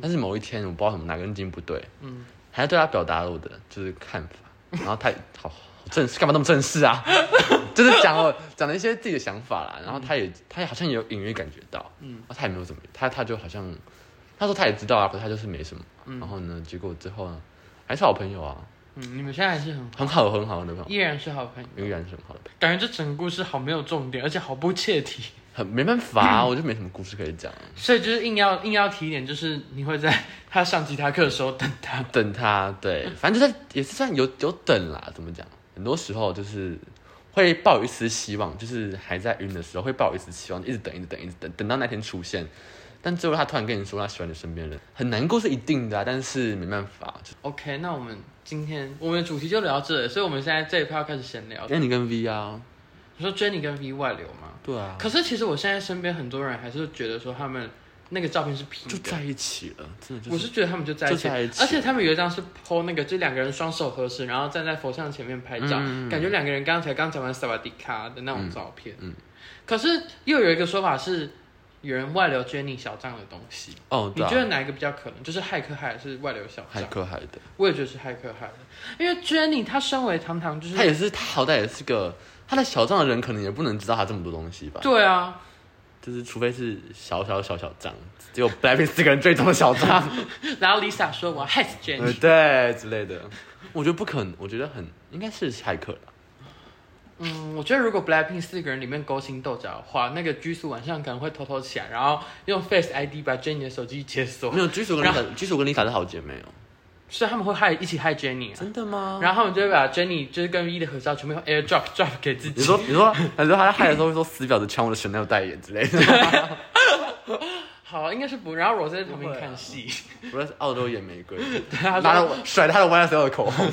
Speaker 1: 但是某一天我不知道什么哪根筋不对，
Speaker 2: 嗯，
Speaker 1: 还是对他表达了我的就是看法，然后他好好正式，干嘛那么正式啊？ 就是讲了讲了一些自己的想法啦，然后他也他也好像也有隐约感觉到，
Speaker 2: 嗯
Speaker 1: 嗯，他也没有怎么，他他就好像他说他也知道啊，可是他就是没什么，然后呢，结果之后呢，还是好朋友啊，
Speaker 2: 嗯，你们现在还是很，
Speaker 1: 很好很好的朋友，
Speaker 2: 依然是好朋友。
Speaker 1: 永远是很好的朋友，
Speaker 2: 感觉这整个故事好没有重点，而且好不切题，
Speaker 1: 很没办法、啊，我就没什么故事可以讲啊、
Speaker 2: 所以就是硬要硬要提一点，就是你会在他上吉他课的时候等他。
Speaker 1: 等他，对，反正就是也是算有有等啦，怎么讲？很多时候就是会抱有一丝希望，就是还在晕的时候会抱有一丝希望，一直等，一直等，一直等，等到那天出现。但最后他突然跟你说他喜欢你身边的人，很难过是一定的、啊，但是没办法，就
Speaker 2: OK，那我们今天我们的主题就聊到这里，所以我们现在这一趴要开始闲聊
Speaker 1: 因。为你跟 V 啊，
Speaker 2: 你说 Jenny 跟 V 外流吗？
Speaker 1: 对啊，
Speaker 2: 可是其实我现在身边很多人还是觉得说他们那个照片是 P
Speaker 1: 就
Speaker 2: 的。
Speaker 1: 在一起了，真的就
Speaker 2: 我
Speaker 1: 是
Speaker 2: 是觉得他们就在一起，
Speaker 1: 就在一起
Speaker 2: 而且他们有一张是 PO 那个，就两个人双手合十，然后站在佛像前面拍照，
Speaker 1: 嗯
Speaker 2: 感觉两个人刚才刚讲完萨瓦迪卡的那种照片。
Speaker 1: 嗯嗯
Speaker 2: 可是又有一个说法是，有人外流 Jenny 小账的东西，
Speaker 1: 哦，
Speaker 2: 你
Speaker 1: 对啊
Speaker 2: 觉得哪一个比较可能？就是骇客害还是外流小
Speaker 1: 海
Speaker 2: 账？
Speaker 1: 克海的，
Speaker 2: 我也觉得是骇客害的，因为 Jenny 她身为堂堂就是
Speaker 1: 他也是他好歹也是个他的小账的人，可能也不能知道他这么多东西吧。
Speaker 2: 对啊，
Speaker 1: 就是除非是小小小小张，只有 Blackpink 四个人追踪的小张，
Speaker 2: 然后 Lisa 说我要害死 Jenny，
Speaker 1: 呃对之类的，我觉得不可能，我觉得很应该是骇客啦。
Speaker 2: 嗯，我觉得如果 Blackpink 四个人里面勾心斗角的话，那个居宿晚上可能会偷偷起来，然后用 Face ID 把 Jenny 的手机解锁
Speaker 1: 没，有，居所跟丽卡，居所跟丽卡是好姐妹哦。
Speaker 2: 所以他们会害一起害 Jenny，、啊、
Speaker 1: 真的吗？
Speaker 2: 然后他们就会把 Jenny 就是跟 V 的合照全部用 AirDrop drop 给自己
Speaker 1: 你。说，你说，你说他在害的时候会说死婊子抢我的 Chanel 代言之类的。
Speaker 2: 好，应该是不，然后我在旁边
Speaker 1: 不会啊
Speaker 2: 看戏，
Speaker 1: 我是澳洲野玫瑰，
Speaker 2: 对，他
Speaker 1: 拿了
Speaker 2: 说
Speaker 1: 我甩他的弯的所有的口红，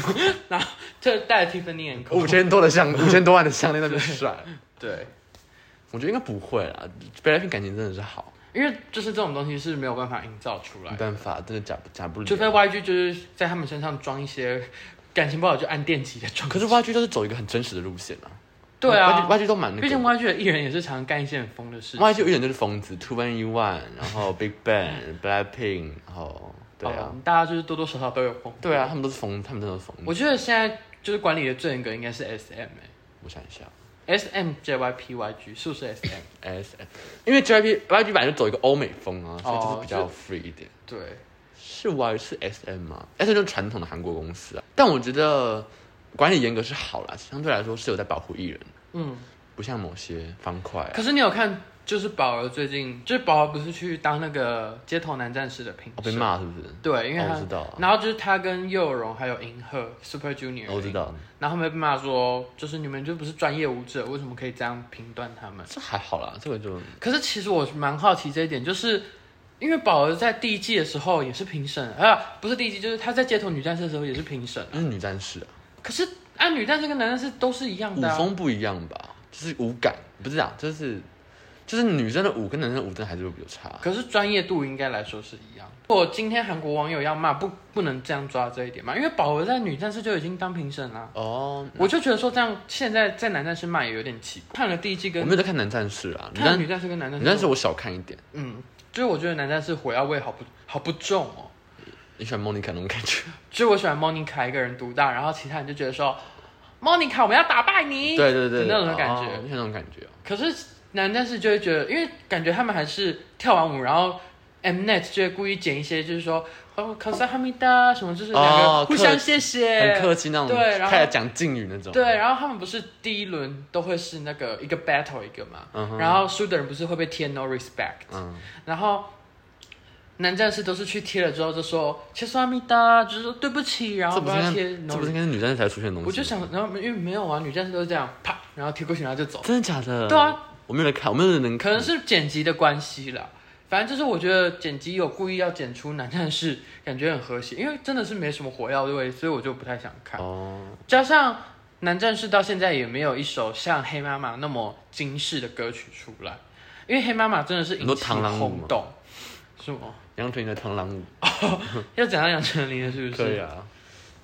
Speaker 2: 这带了 Tiffany and Co
Speaker 1: 五千多的项，五千多万的项链在那边甩。哦对，我觉得应该不会啦。Blackpink 感情真的是好，
Speaker 2: 因为就是这种东西是没有办法营造出来
Speaker 1: 没
Speaker 2: 的，
Speaker 1: 办法，真的假不假不了。
Speaker 2: 除非 YG 就是在他们身上装一些感情不好就按电击的装。
Speaker 1: 可是 YG 都是走一个很真实的路线啊。
Speaker 2: 对啊
Speaker 1: YG,，YG 都蛮那个。
Speaker 2: 毕竟 YG 的艺人也是常干一些很疯的事情。
Speaker 1: YG 有一点就是疯子，Two One One，然后 Big Bang、Blackpink，然后对啊
Speaker 2: 哦，大家就是多多少少都有疯。
Speaker 1: 对啊，，他们都是疯，他们真的是疯。
Speaker 2: 我觉得现在就是管理的最严格应该是 SM 哎、
Speaker 1: 我想一下
Speaker 2: s m JYPYG 是不是 SM？
Speaker 1: ，S，因为 JYP YG 版就走一个欧美风啊，所以就是比较
Speaker 2: 哦
Speaker 1: free 一点。
Speaker 2: 对，
Speaker 1: 是 Y 是 SM 吗？SM 就是传统的韩国公司啊，但我觉得管理严格是好啦，相对来说是有在保护艺人，
Speaker 2: 嗯。
Speaker 1: 不像某些方块、啊
Speaker 2: 可。是你有看，就是宝儿最近，就是宝儿不是去当那个街头男战士的评
Speaker 1: 哦，被
Speaker 2: 审？
Speaker 1: 骂是不是？
Speaker 2: 对，因为
Speaker 1: 哦
Speaker 2: 他
Speaker 1: 我知道啊，
Speaker 2: 然后就是他跟佑荣还有银赫 Super Junior，、
Speaker 1: 哦我知。道，
Speaker 2: 然后他们被骂说，就是你们就不是专业舞者，为什么可以这样评断他们？
Speaker 1: 这还好啦，这个就
Speaker 2: 可是其实我蛮好奇这一点，就是因为宝儿在第一季的时候也是评审，啊，不是第一季，就是她在街头女战士的时候也是评审。
Speaker 1: 那是女战士啊，
Speaker 2: 可是按女战士跟男战士都是一样
Speaker 1: 舞
Speaker 2: 的、啊，
Speaker 1: 风不一样吧，就是舞感不是啊，就是就是女生的舞跟男生的舞真的还是会比较差。
Speaker 2: 可是专业度应该来说是一样的。我今天韩国网友要骂，不不能这样抓这一点嘛，因为宝儿在女战士就已经当评审啦。
Speaker 1: 哦，
Speaker 2: 我就觉得说这样，现在在男战士骂也有点奇怪。看了第一季
Speaker 1: 我
Speaker 2: 跟
Speaker 1: 没有在看男战士啊，女
Speaker 2: 看了
Speaker 1: 战
Speaker 2: 女战士跟男战
Speaker 1: 女
Speaker 2: 士，
Speaker 1: 战士我少看一点，
Speaker 2: 嗯，就是我觉得男战士火药味好不好不重哦。
Speaker 1: 你喜欢莫妮卡那种感 觉？
Speaker 2: 就是我喜欢 Monica 一个人独大，然后其他人就觉得说 Monica 我们要打败你。
Speaker 1: 对对对，
Speaker 2: 那种感觉
Speaker 1: 哦你喜欢那种感觉哦。
Speaker 2: 可是男战士就会觉得，因为感觉他们还是跳完舞，然后 Mnet 就会故意剪一些，就是说哦，考萨哈密达什么，就是两个
Speaker 1: 哦
Speaker 2: 互相谢谢。
Speaker 1: 很客气那种，
Speaker 2: 对然后
Speaker 1: 开始讲敬语那种。
Speaker 2: 对，，然后他们不是第一轮都会是那个一个 battle 一个嘛，
Speaker 1: 嗯哼
Speaker 2: 然后输的人不是会被贴 no respect，、
Speaker 1: 嗯，
Speaker 2: 然后男战士都是去贴了之后就说切萨密达，就是说对不起，然后
Speaker 1: 这不
Speaker 2: 不
Speaker 1: 是
Speaker 2: 要
Speaker 1: 应
Speaker 2: 贴
Speaker 1: 该，
Speaker 2: no
Speaker 1: 这不是应
Speaker 2: respect。
Speaker 1: 该是女战士才出现的东西吗？
Speaker 2: 我就想，然后因为没有啊，女战士都是这样啪，然后贴过去，然后就走。
Speaker 1: 真的假的？
Speaker 2: 对啊，
Speaker 1: 我没有来看，我没有能
Speaker 2: 可
Speaker 1: 看。
Speaker 2: 能是剪辑的关系啦。反正就是我觉得剪辑有故意要剪出男战士，感觉很和谐，因为真的是没什么火药味，所以我就不太想看。
Speaker 1: 哦，
Speaker 2: 加上男战士到现在也没有一首像黑妈妈那么惊世的歌曲出来，因为黑妈妈真的是引
Speaker 1: 你说
Speaker 2: 起
Speaker 1: 螳螂舞吗
Speaker 2: 轰动。什么？
Speaker 1: 杨丞琳的螳螂舞
Speaker 2: 要讲到杨丞琳了，是不是？
Speaker 1: 可以啊。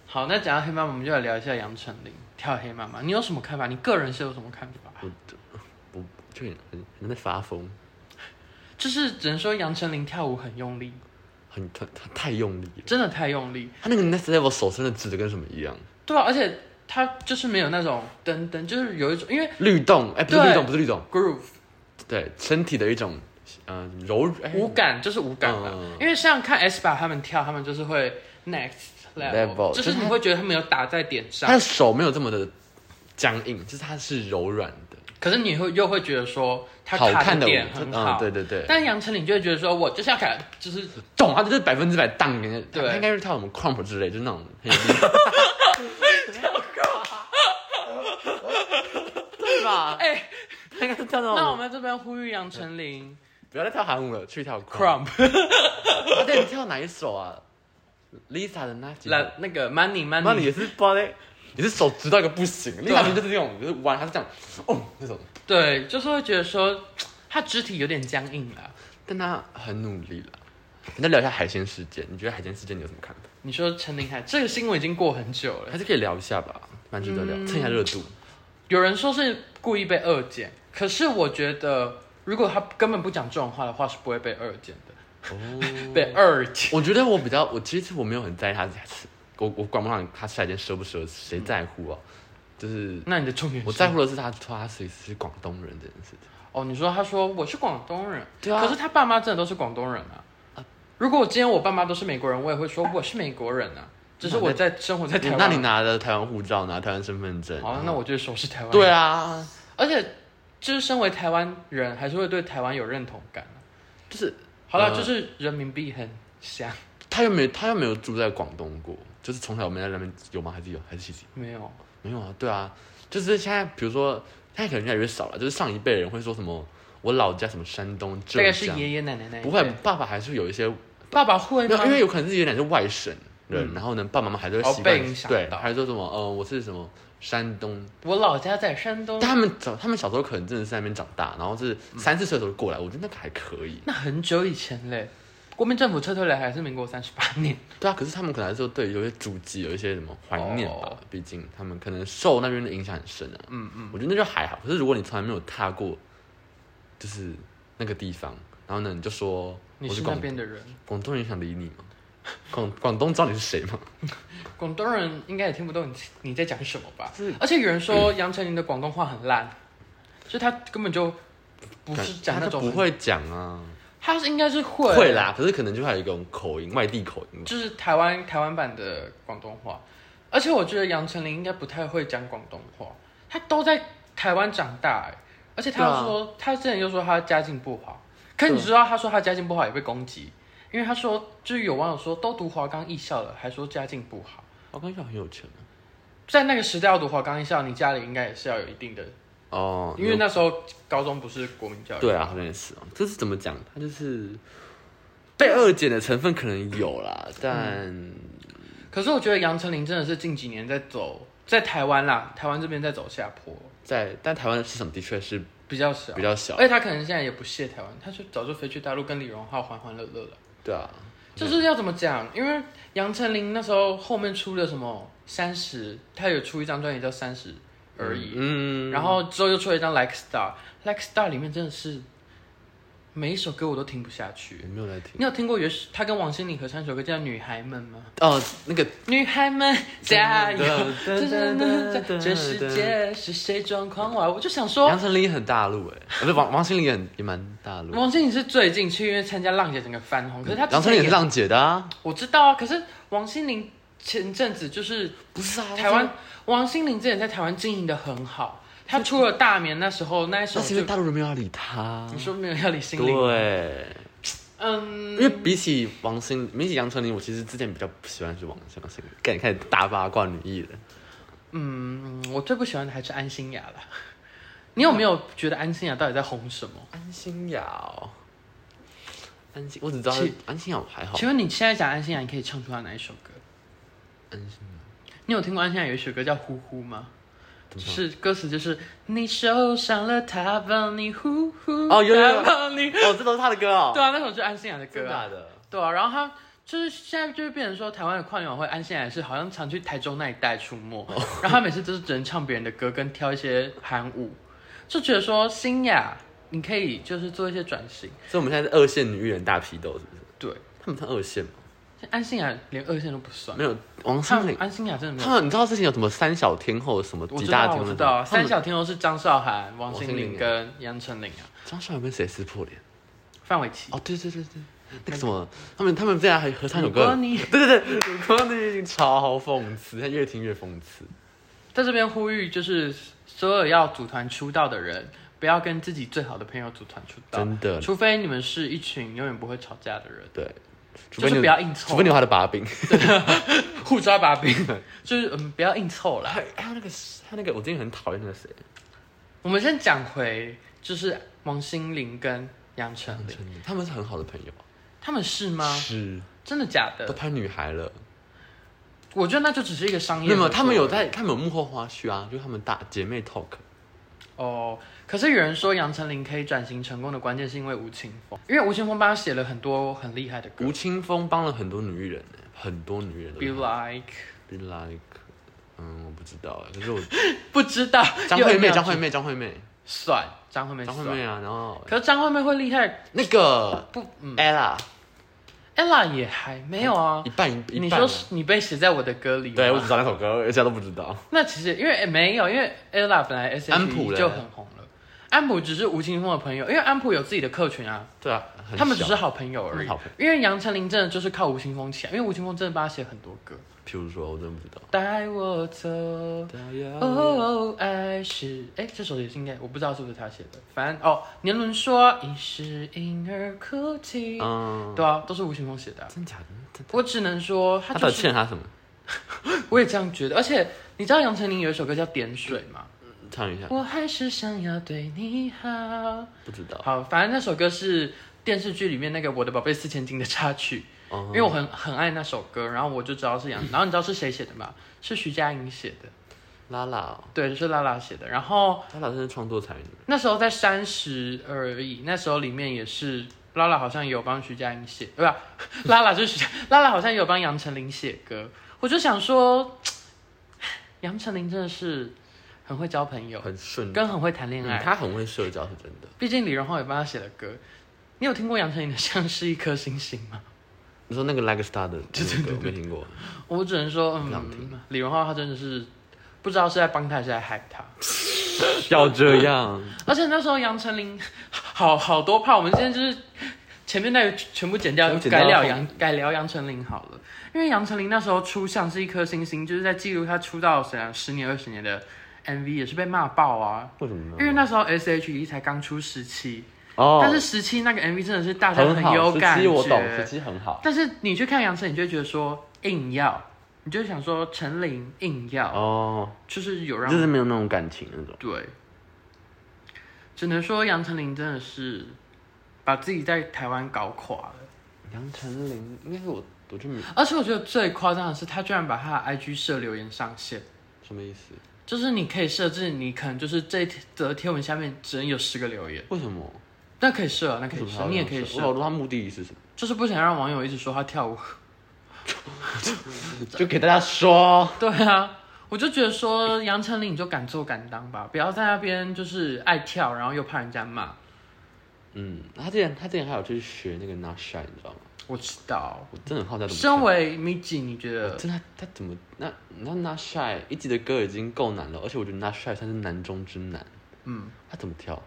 Speaker 2: 好，那讲到黑妈妈，我们就来聊一下杨丞琳跳黑妈妈。你有什么看法？你个人是有什么看法？
Speaker 1: 我就很很很在发疯，
Speaker 2: 就是只能说杨丞琳跳舞很用力，
Speaker 1: 很他他太用力了，
Speaker 2: 真的太用力。
Speaker 1: 他那个 next level 手真的指的跟什么一样，
Speaker 2: 对啊，而且它就是没有那种噔噔，就是有一种因为
Speaker 1: 律动哎，不是
Speaker 2: 对
Speaker 1: 律动，不是律动，
Speaker 2: groove
Speaker 1: 对身体的一种呃柔哎
Speaker 2: 无感就是无感了，
Speaker 1: 嗯
Speaker 2: 因为像看 S 把他们跳，他们就是会 next level，,
Speaker 1: Level，
Speaker 2: 就是
Speaker 1: 就是
Speaker 2: 你
Speaker 1: 他
Speaker 2: 会觉得他们有打在点
Speaker 1: 他
Speaker 2: 上
Speaker 1: 的，手没有这么的僵硬，就是他是柔软的，
Speaker 2: 可是你会又会觉得说他
Speaker 1: 好
Speaker 2: 卡
Speaker 1: 看
Speaker 2: 的
Speaker 1: 的舞
Speaker 2: 点很
Speaker 1: 嗯，
Speaker 2: 好，
Speaker 1: 对对对。
Speaker 2: 但杨丞琳就会觉得说我就是要卡， 就是
Speaker 1: 懂，他就是百分之百当给人家。
Speaker 2: 对
Speaker 1: 他应该是跳什么 crump 之类，就是那种很有力。对吧？
Speaker 2: 哎、
Speaker 1: 他应该是跳 那
Speaker 2: 那我
Speaker 1: 种，
Speaker 2: 们这边呼吁杨丞琳
Speaker 1: 不要再跳韩舞了，去跳 crump。
Speaker 2: crump
Speaker 1: 啊，对，你跳哪一首啊？Lisa 的那几首
Speaker 2: 来，那个 money
Speaker 1: 那你
Speaker 2: money，
Speaker 1: 也是不知道在，也是手直到一个不行。
Speaker 2: 啊
Speaker 1: Lisa 明就是这种，就是弯，他是这样，哦那种。
Speaker 2: 对，就是会觉得说他肢体有点僵硬了。
Speaker 1: 但
Speaker 2: 啊
Speaker 1: 他很努力了。我们再聊一下海鲜事件，你觉得海鲜事件你有什么看法？
Speaker 2: 你说陈琳海这个新闻已经过很久了。
Speaker 1: 还是可以聊一下吧，蛮值得聊，
Speaker 2: 嗯
Speaker 1: 蹭一下热度。
Speaker 2: 有人说是故意被恶剪，可是我觉得如果他根本不讲这种话的话，是不会被恶剪的，
Speaker 1: 哦。
Speaker 2: 被二剪。
Speaker 1: 我觉得我比较，我其实我没有很在意他吃，我我管不上他吃海鲜奢不奢侈，谁在乎啊？就是
Speaker 2: 那你的重点是
Speaker 1: 我在乎的是他说他是是广东人这件事情。
Speaker 2: 哦，你说他说我是广东人，
Speaker 1: 对啊
Speaker 2: 可是他爸妈真的都是广东人啊。如果我今天我爸妈都是美国人，我也会说我是美国人啊。只是我在生活在台湾。
Speaker 1: 那你拿了台湾护照，拿台湾身份证，
Speaker 2: 好，啊那我就是熟视台湾。
Speaker 1: 对，啊，
Speaker 2: 而且就是身为台湾人，还是会对台湾有认同感。啊
Speaker 1: 就是
Speaker 2: 好了，
Speaker 1: 嗯
Speaker 2: 就是人民币很香，
Speaker 1: 他又没有他又没有住在广东过，就是从小我们在那边有吗？还是有？还是其实
Speaker 2: 没有，
Speaker 1: 没有啊？对啊，就是现在比如说现在可能越来越少了，就是上一辈人会说什么我老家什么山东
Speaker 2: 大
Speaker 1: 浙
Speaker 2: 概是
Speaker 1: 江，
Speaker 2: 爷爷奶奶那一
Speaker 1: 不会
Speaker 2: 辈，
Speaker 1: 爸爸还是有一些
Speaker 2: 爸爸会
Speaker 1: 没
Speaker 2: 吗？
Speaker 1: 有，因为有可能自己有点是外省人，
Speaker 2: 嗯
Speaker 1: 然后呢，爸爸妈妈还是会
Speaker 2: 哦
Speaker 1: 习惯、
Speaker 2: 被影响
Speaker 1: 对，
Speaker 2: 到
Speaker 1: 还是说什么，呃，我是什么山东，
Speaker 2: 我老家在山东
Speaker 1: 但，他们早，他们小时候可能真的是在那边长大，然后是
Speaker 2: 嗯
Speaker 1: 三四岁的时候过来，我觉得那个还可以，
Speaker 2: 那很久以前嘞。国民政府撤退了，还是民国三十八年，
Speaker 1: 对啊，可是他们可能还是对有一些祖籍有一些什么怀念吧，
Speaker 2: 哦
Speaker 1: 毕竟他们可能受那边的影响很深啊，
Speaker 2: 嗯嗯，
Speaker 1: 我觉得那就还好，可是如果你从来没有踏过，就是那个地方，然后呢，你就说
Speaker 2: 你
Speaker 1: 我
Speaker 2: 是那
Speaker 1: 广
Speaker 2: 边的人，
Speaker 1: 广东人想理你吗？ 广广东知道你是谁吗？
Speaker 2: 广东人应该也听不懂你你在讲什么吧
Speaker 1: 是？
Speaker 2: 而且有人说 杨丞琳的广东话很烂，就他根本就不是讲
Speaker 1: 他
Speaker 2: 那
Speaker 1: 就
Speaker 2: 种
Speaker 1: 不
Speaker 2: 很，
Speaker 1: 会讲啊。
Speaker 2: 他是应该是会
Speaker 1: 会，啦，可是可能就还有一种口音，外地口音。
Speaker 2: 就是台湾台湾版的广东话。而且我觉得杨丞琳应该不太会讲广东话，她都在台湾长大、欸，而且她
Speaker 1: 对啊
Speaker 2: 又说、她之前又说她家境不好，可你
Speaker 1: 对
Speaker 2: 知道她说她家境不好也被攻击，因为她说就是有网友说都读华冈艺校了，还说家境不哦好。
Speaker 1: 我刚想很有
Speaker 2: 啊
Speaker 1: 钱
Speaker 2: 在那个时代要读华冈艺校，你家里应该也是要有一定的
Speaker 1: 哦，
Speaker 2: 因为那时候高中不是国民教育，
Speaker 1: 对啊，好像也是哦。这是怎么讲？他就是被二减的成分可能有啦，但
Speaker 2: 嗯可是我觉得杨丞琳真的是近几年在走，在台湾啦，台湾这边在走下坡，
Speaker 1: 在但台湾的市场的确是啊
Speaker 2: 比较少
Speaker 1: 比。较小
Speaker 2: 而，且他可能现在也不屑台湾，他就早就飞去大陆跟李荣浩欢欢乐乐了。
Speaker 1: 对啊，
Speaker 2: 就是要怎么讲？因为杨丞琳那时候后面出了什么三十，她有出一张专辑叫《三十而已》，
Speaker 1: 嗯，
Speaker 2: 然后之后又出了一张《Like Star》，《Like Star》里面真的是每一首歌我都听不下去。
Speaker 1: 有没有来听？
Speaker 2: 你有听过原始他跟王心凌合唱一首歌叫《女孩们》吗？
Speaker 1: 哦，那个
Speaker 2: 女孩们加油！
Speaker 1: 噔噔噔噔
Speaker 2: 这世界是谁装狂妄？我就想说，
Speaker 1: 杨丞琳也很大陆哎，呃不是王王心凌也很也蛮大陆，
Speaker 2: 王心凌是最近去因为参加浪姐整个翻红，可是她之前
Speaker 1: 杨丞琳也
Speaker 2: 也
Speaker 1: 是浪姐的啊，
Speaker 2: 我知道啊，可是王心凌前阵子就是
Speaker 1: 不是啊
Speaker 2: 台湾，王心凌之前在台湾经营的很好，她出了大眠那时候那一首
Speaker 1: 那是因为
Speaker 2: 就
Speaker 1: 大陆人没有要理他
Speaker 2: 你，说没有要理心凌，
Speaker 1: 对。啊因
Speaker 2: 嗯，
Speaker 1: 为比起王心，比起杨丞琳，我其实之前比较不喜欢是王心凌，感觉开始大八卦女艺人。
Speaker 2: 嗯我最不喜欢的还是安心雅了。你有没有觉得安心雅到底在红什么？
Speaker 1: 安心雅、哦，安心，我只知道
Speaker 2: 其
Speaker 1: 安心雅还好。
Speaker 2: 请问你现在讲安心雅，啊你可以唱出她哪一首歌？
Speaker 1: 安心雅
Speaker 2: 你有听过安心雅有一首歌叫《呼呼》吗？
Speaker 1: 怎
Speaker 2: 就
Speaker 1: 么唱
Speaker 2: 是歌词就是你受伤了，他帮你呼呼，
Speaker 1: 哦有有有
Speaker 2: 他帮你。
Speaker 1: 哦，这都是他的歌哦，
Speaker 2: 对啊，那首是安心雅的歌
Speaker 1: 真
Speaker 2: 啊。
Speaker 1: 的的。
Speaker 2: 对啊，然后他就是现在就是变成说，台湾的跨年晚会，安心雅也是好像常去台中那一带出没，
Speaker 1: 哦
Speaker 2: 然后他每次都是只能唱别人的歌，跟跳一些韩舞，就觉得说新雅你可以就是做一些转型。
Speaker 1: 所以我们现在是二线女艺人大批斗，是不是？
Speaker 2: 对，
Speaker 1: 他们算二线吗？
Speaker 2: 安心雅连二线都不算，
Speaker 1: 没有，王
Speaker 2: 他
Speaker 1: 心凌，
Speaker 2: 安心雅真的没
Speaker 1: 他
Speaker 2: 有。
Speaker 1: 们你知道之前有什么三小天后什么
Speaker 2: 我
Speaker 1: 几
Speaker 2: 知
Speaker 1: 大
Speaker 2: 道，
Speaker 1: 天
Speaker 2: 我
Speaker 1: 后
Speaker 2: 知
Speaker 1: 那种？
Speaker 2: 道，
Speaker 1: 他
Speaker 2: 三
Speaker 1: 们
Speaker 2: 小天后是张韶涵、王
Speaker 1: 王
Speaker 2: 心
Speaker 1: 心
Speaker 2: 凌
Speaker 1: 凌啊
Speaker 2: 跟杨丞琳啊，
Speaker 1: 张韶涵跟谁撕破脸？
Speaker 2: 范玮琪。
Speaker 1: 哦，对对对对，那个什么，他们他们竟然还合唱一首歌，
Speaker 2: 如果你
Speaker 1: 对对对，如果你超讽刺，他越听越讽刺。
Speaker 2: 在这边呼吁，就是所有要组团出道的人，不要跟自己最好的朋友组团出道，
Speaker 1: 真的
Speaker 2: 除非你们是一群永远不会吵架的人，
Speaker 1: 对，除
Speaker 2: 就
Speaker 1: 非
Speaker 2: 是
Speaker 1: 你
Speaker 2: 不要硬
Speaker 1: 除
Speaker 2: 凑
Speaker 1: 非你，有他的把柄。
Speaker 2: 互抓把 柄，就是嗯，不要硬凑啦。
Speaker 1: 还还有那个还有那个，我最近很讨厌那个谁，
Speaker 2: 我们先讲回，就是王心凌跟杨丞琳，
Speaker 1: 他们是很好的朋友，
Speaker 2: 他们是吗？
Speaker 1: 是
Speaker 2: 真的假
Speaker 1: 都
Speaker 2: 的？
Speaker 1: 拍女孩了。
Speaker 2: 我觉得那就只是一个商业合
Speaker 1: 那
Speaker 2: 作
Speaker 1: 么
Speaker 2: 而已。
Speaker 1: 他们有在，他们有幕后花絮啊，就是他们大姐妹 talk。
Speaker 2: 哦，可是有人说杨丞琳可以转型成功的关键是因为吴青峰，因为吴青峰帮他写了很多很厉害的歌
Speaker 1: 吴青峰帮了很多女艺人呢，很多女艺人都
Speaker 2: ，Be
Speaker 1: 帮
Speaker 2: Like，
Speaker 1: Be like，嗯，我不知道哎，可 是我
Speaker 2: 不知道
Speaker 1: 张惠妹，
Speaker 2: 又
Speaker 1: 张惠妹，张惠妹，
Speaker 2: 算张惠妹
Speaker 1: 张
Speaker 2: 算，
Speaker 1: 惠妹啊，然后
Speaker 2: 可是张惠妹会厉害
Speaker 1: 那个
Speaker 2: 不？嗯
Speaker 1: ella
Speaker 2: ，ella 也还没有啊
Speaker 1: 一。半一
Speaker 2: 你
Speaker 1: 一半啊
Speaker 2: 说。是你被写在我的歌里吗，
Speaker 1: 对，我只知道那首歌，而且都不知道。
Speaker 2: 那其实因为、诶没有，因为 ella 本来 S
Speaker 1: 安普
Speaker 2: H E
Speaker 1: 嘞
Speaker 2: 就很红了，安普只是吴青峰的朋友，因为安普有自己的客群啊，
Speaker 1: 对啊，很
Speaker 2: 他们只
Speaker 1: 小
Speaker 2: 是好朋友
Speaker 1: 他
Speaker 2: 而
Speaker 1: 们
Speaker 2: 已
Speaker 1: 好。朋友
Speaker 2: 因为杨丞琳真的就是靠吴青峰起来，因为吴青峰真的帮他写很多歌，
Speaker 1: 譬如说，我真的不知道。
Speaker 2: 《带我走》
Speaker 1: 哦，
Speaker 2: 哦，爱是哎，这首也是应该我不知道是不是他写的，反正哦，年轮说已是婴儿哭泣，
Speaker 1: 嗯，
Speaker 2: 对啊，都是吴青峰写的啊、
Speaker 1: 真假的？他
Speaker 2: 我只能说
Speaker 1: 他
Speaker 2: 他就
Speaker 1: 到底
Speaker 2: 是
Speaker 1: 欠他什么？
Speaker 2: 我也这样觉得，而且你知道杨丞琳有一首歌叫《点水》吗？
Speaker 1: 唱一下，
Speaker 2: 我还是想要对你好。
Speaker 1: 不知道。
Speaker 2: 好，反正那首歌是电视剧里面那个《我的宝贝四千金》的插曲，
Speaker 1: 哦
Speaker 2: 因为我很很爱那首歌，然后我就知道是杨，然后你知道是谁写的吗？是徐佳莹写的，
Speaker 1: 拉拉哦，
Speaker 2: 对，是拉拉写的。然后
Speaker 1: 拉拉真是创作才女。
Speaker 2: 那时候在三十而已，那时候里面也是拉拉好像也有帮徐佳莹写，对吧？ 拉拉就是徐佳拉拉好像也有帮杨丞琳写歌，我就想说，杨丞琳真的是很会交朋友，
Speaker 1: 很顺，
Speaker 2: 跟很会谈恋
Speaker 1: 嗯
Speaker 2: 爱。
Speaker 1: 他很会社交，是真的。
Speaker 2: 毕竟李荣浩也帮他写了歌。你有听过杨丞琳的《像是一颗星星》吗？
Speaker 1: 你说那个 Like a Star 的那个我没听过，
Speaker 2: 我只能说，
Speaker 1: 不想
Speaker 2: 嗯，李荣浩他真的是不知道是在帮他还是在害他。
Speaker 1: 要这样，
Speaker 2: 而且那时候杨丞琳好好多怕，我们今天就是前面那个全部剪掉
Speaker 1: 全部，剪掉
Speaker 2: 改聊杨改聊杨丞琳好了。因为杨丞琳那时候出像是一颗星星，就是在记录她出道虽然十年二十年的 MV 也是被骂爆啊。
Speaker 1: 为什么呢？
Speaker 2: 因为那时候 S.H.E 才刚出时期，
Speaker 1: 嗯哦，
Speaker 2: 但是时期那个 MV 真的是大家
Speaker 1: 很好
Speaker 2: 有感
Speaker 1: 十七
Speaker 2: 觉，
Speaker 1: 我懂，十七很好。
Speaker 2: 但是你去看杨丞，你就会觉得说硬要，你就会想说陈琳硬要，
Speaker 1: 哦，
Speaker 2: 就是有让
Speaker 1: 就是没有那种感情那种。
Speaker 2: 对，只能说杨丞琳真的是把自己在台湾搞垮了。
Speaker 1: 杨丞琳，那是我，我就没
Speaker 2: 而且我觉得最夸张的是，他居然把他的 IG 设留言上限，
Speaker 1: 什么意思？
Speaker 2: 就是你可以设置，你可能就是这一则贴文下面只能有十个留言，
Speaker 1: 为什么？
Speaker 2: 那可以设啊，那可以
Speaker 1: 为什么
Speaker 2: 设，
Speaker 1: 他
Speaker 2: 你也可以
Speaker 1: 要这
Speaker 2: 设
Speaker 1: 样，我搞不懂他目的是什么？
Speaker 2: 就是不想让网友一直说他跳舞。
Speaker 1: 就给大家说，
Speaker 2: 对啊，我就觉得说杨丞琳你就敢做敢当吧，不要在那边就是爱跳，然后又怕人家骂。
Speaker 1: 嗯，他之前他之前还有去学那个 Not Shy，你知道吗？
Speaker 2: 我知道，
Speaker 1: 我真的很好奇他怎么
Speaker 2: 身
Speaker 1: 跳
Speaker 2: 为 Miji，你觉
Speaker 1: 我
Speaker 2: 得
Speaker 1: 真的他他怎么那那 Not Shy 一集的歌已经够难了，而且我觉得 Not Shy 算是难中之难，
Speaker 2: 嗯，
Speaker 1: 他怎么跳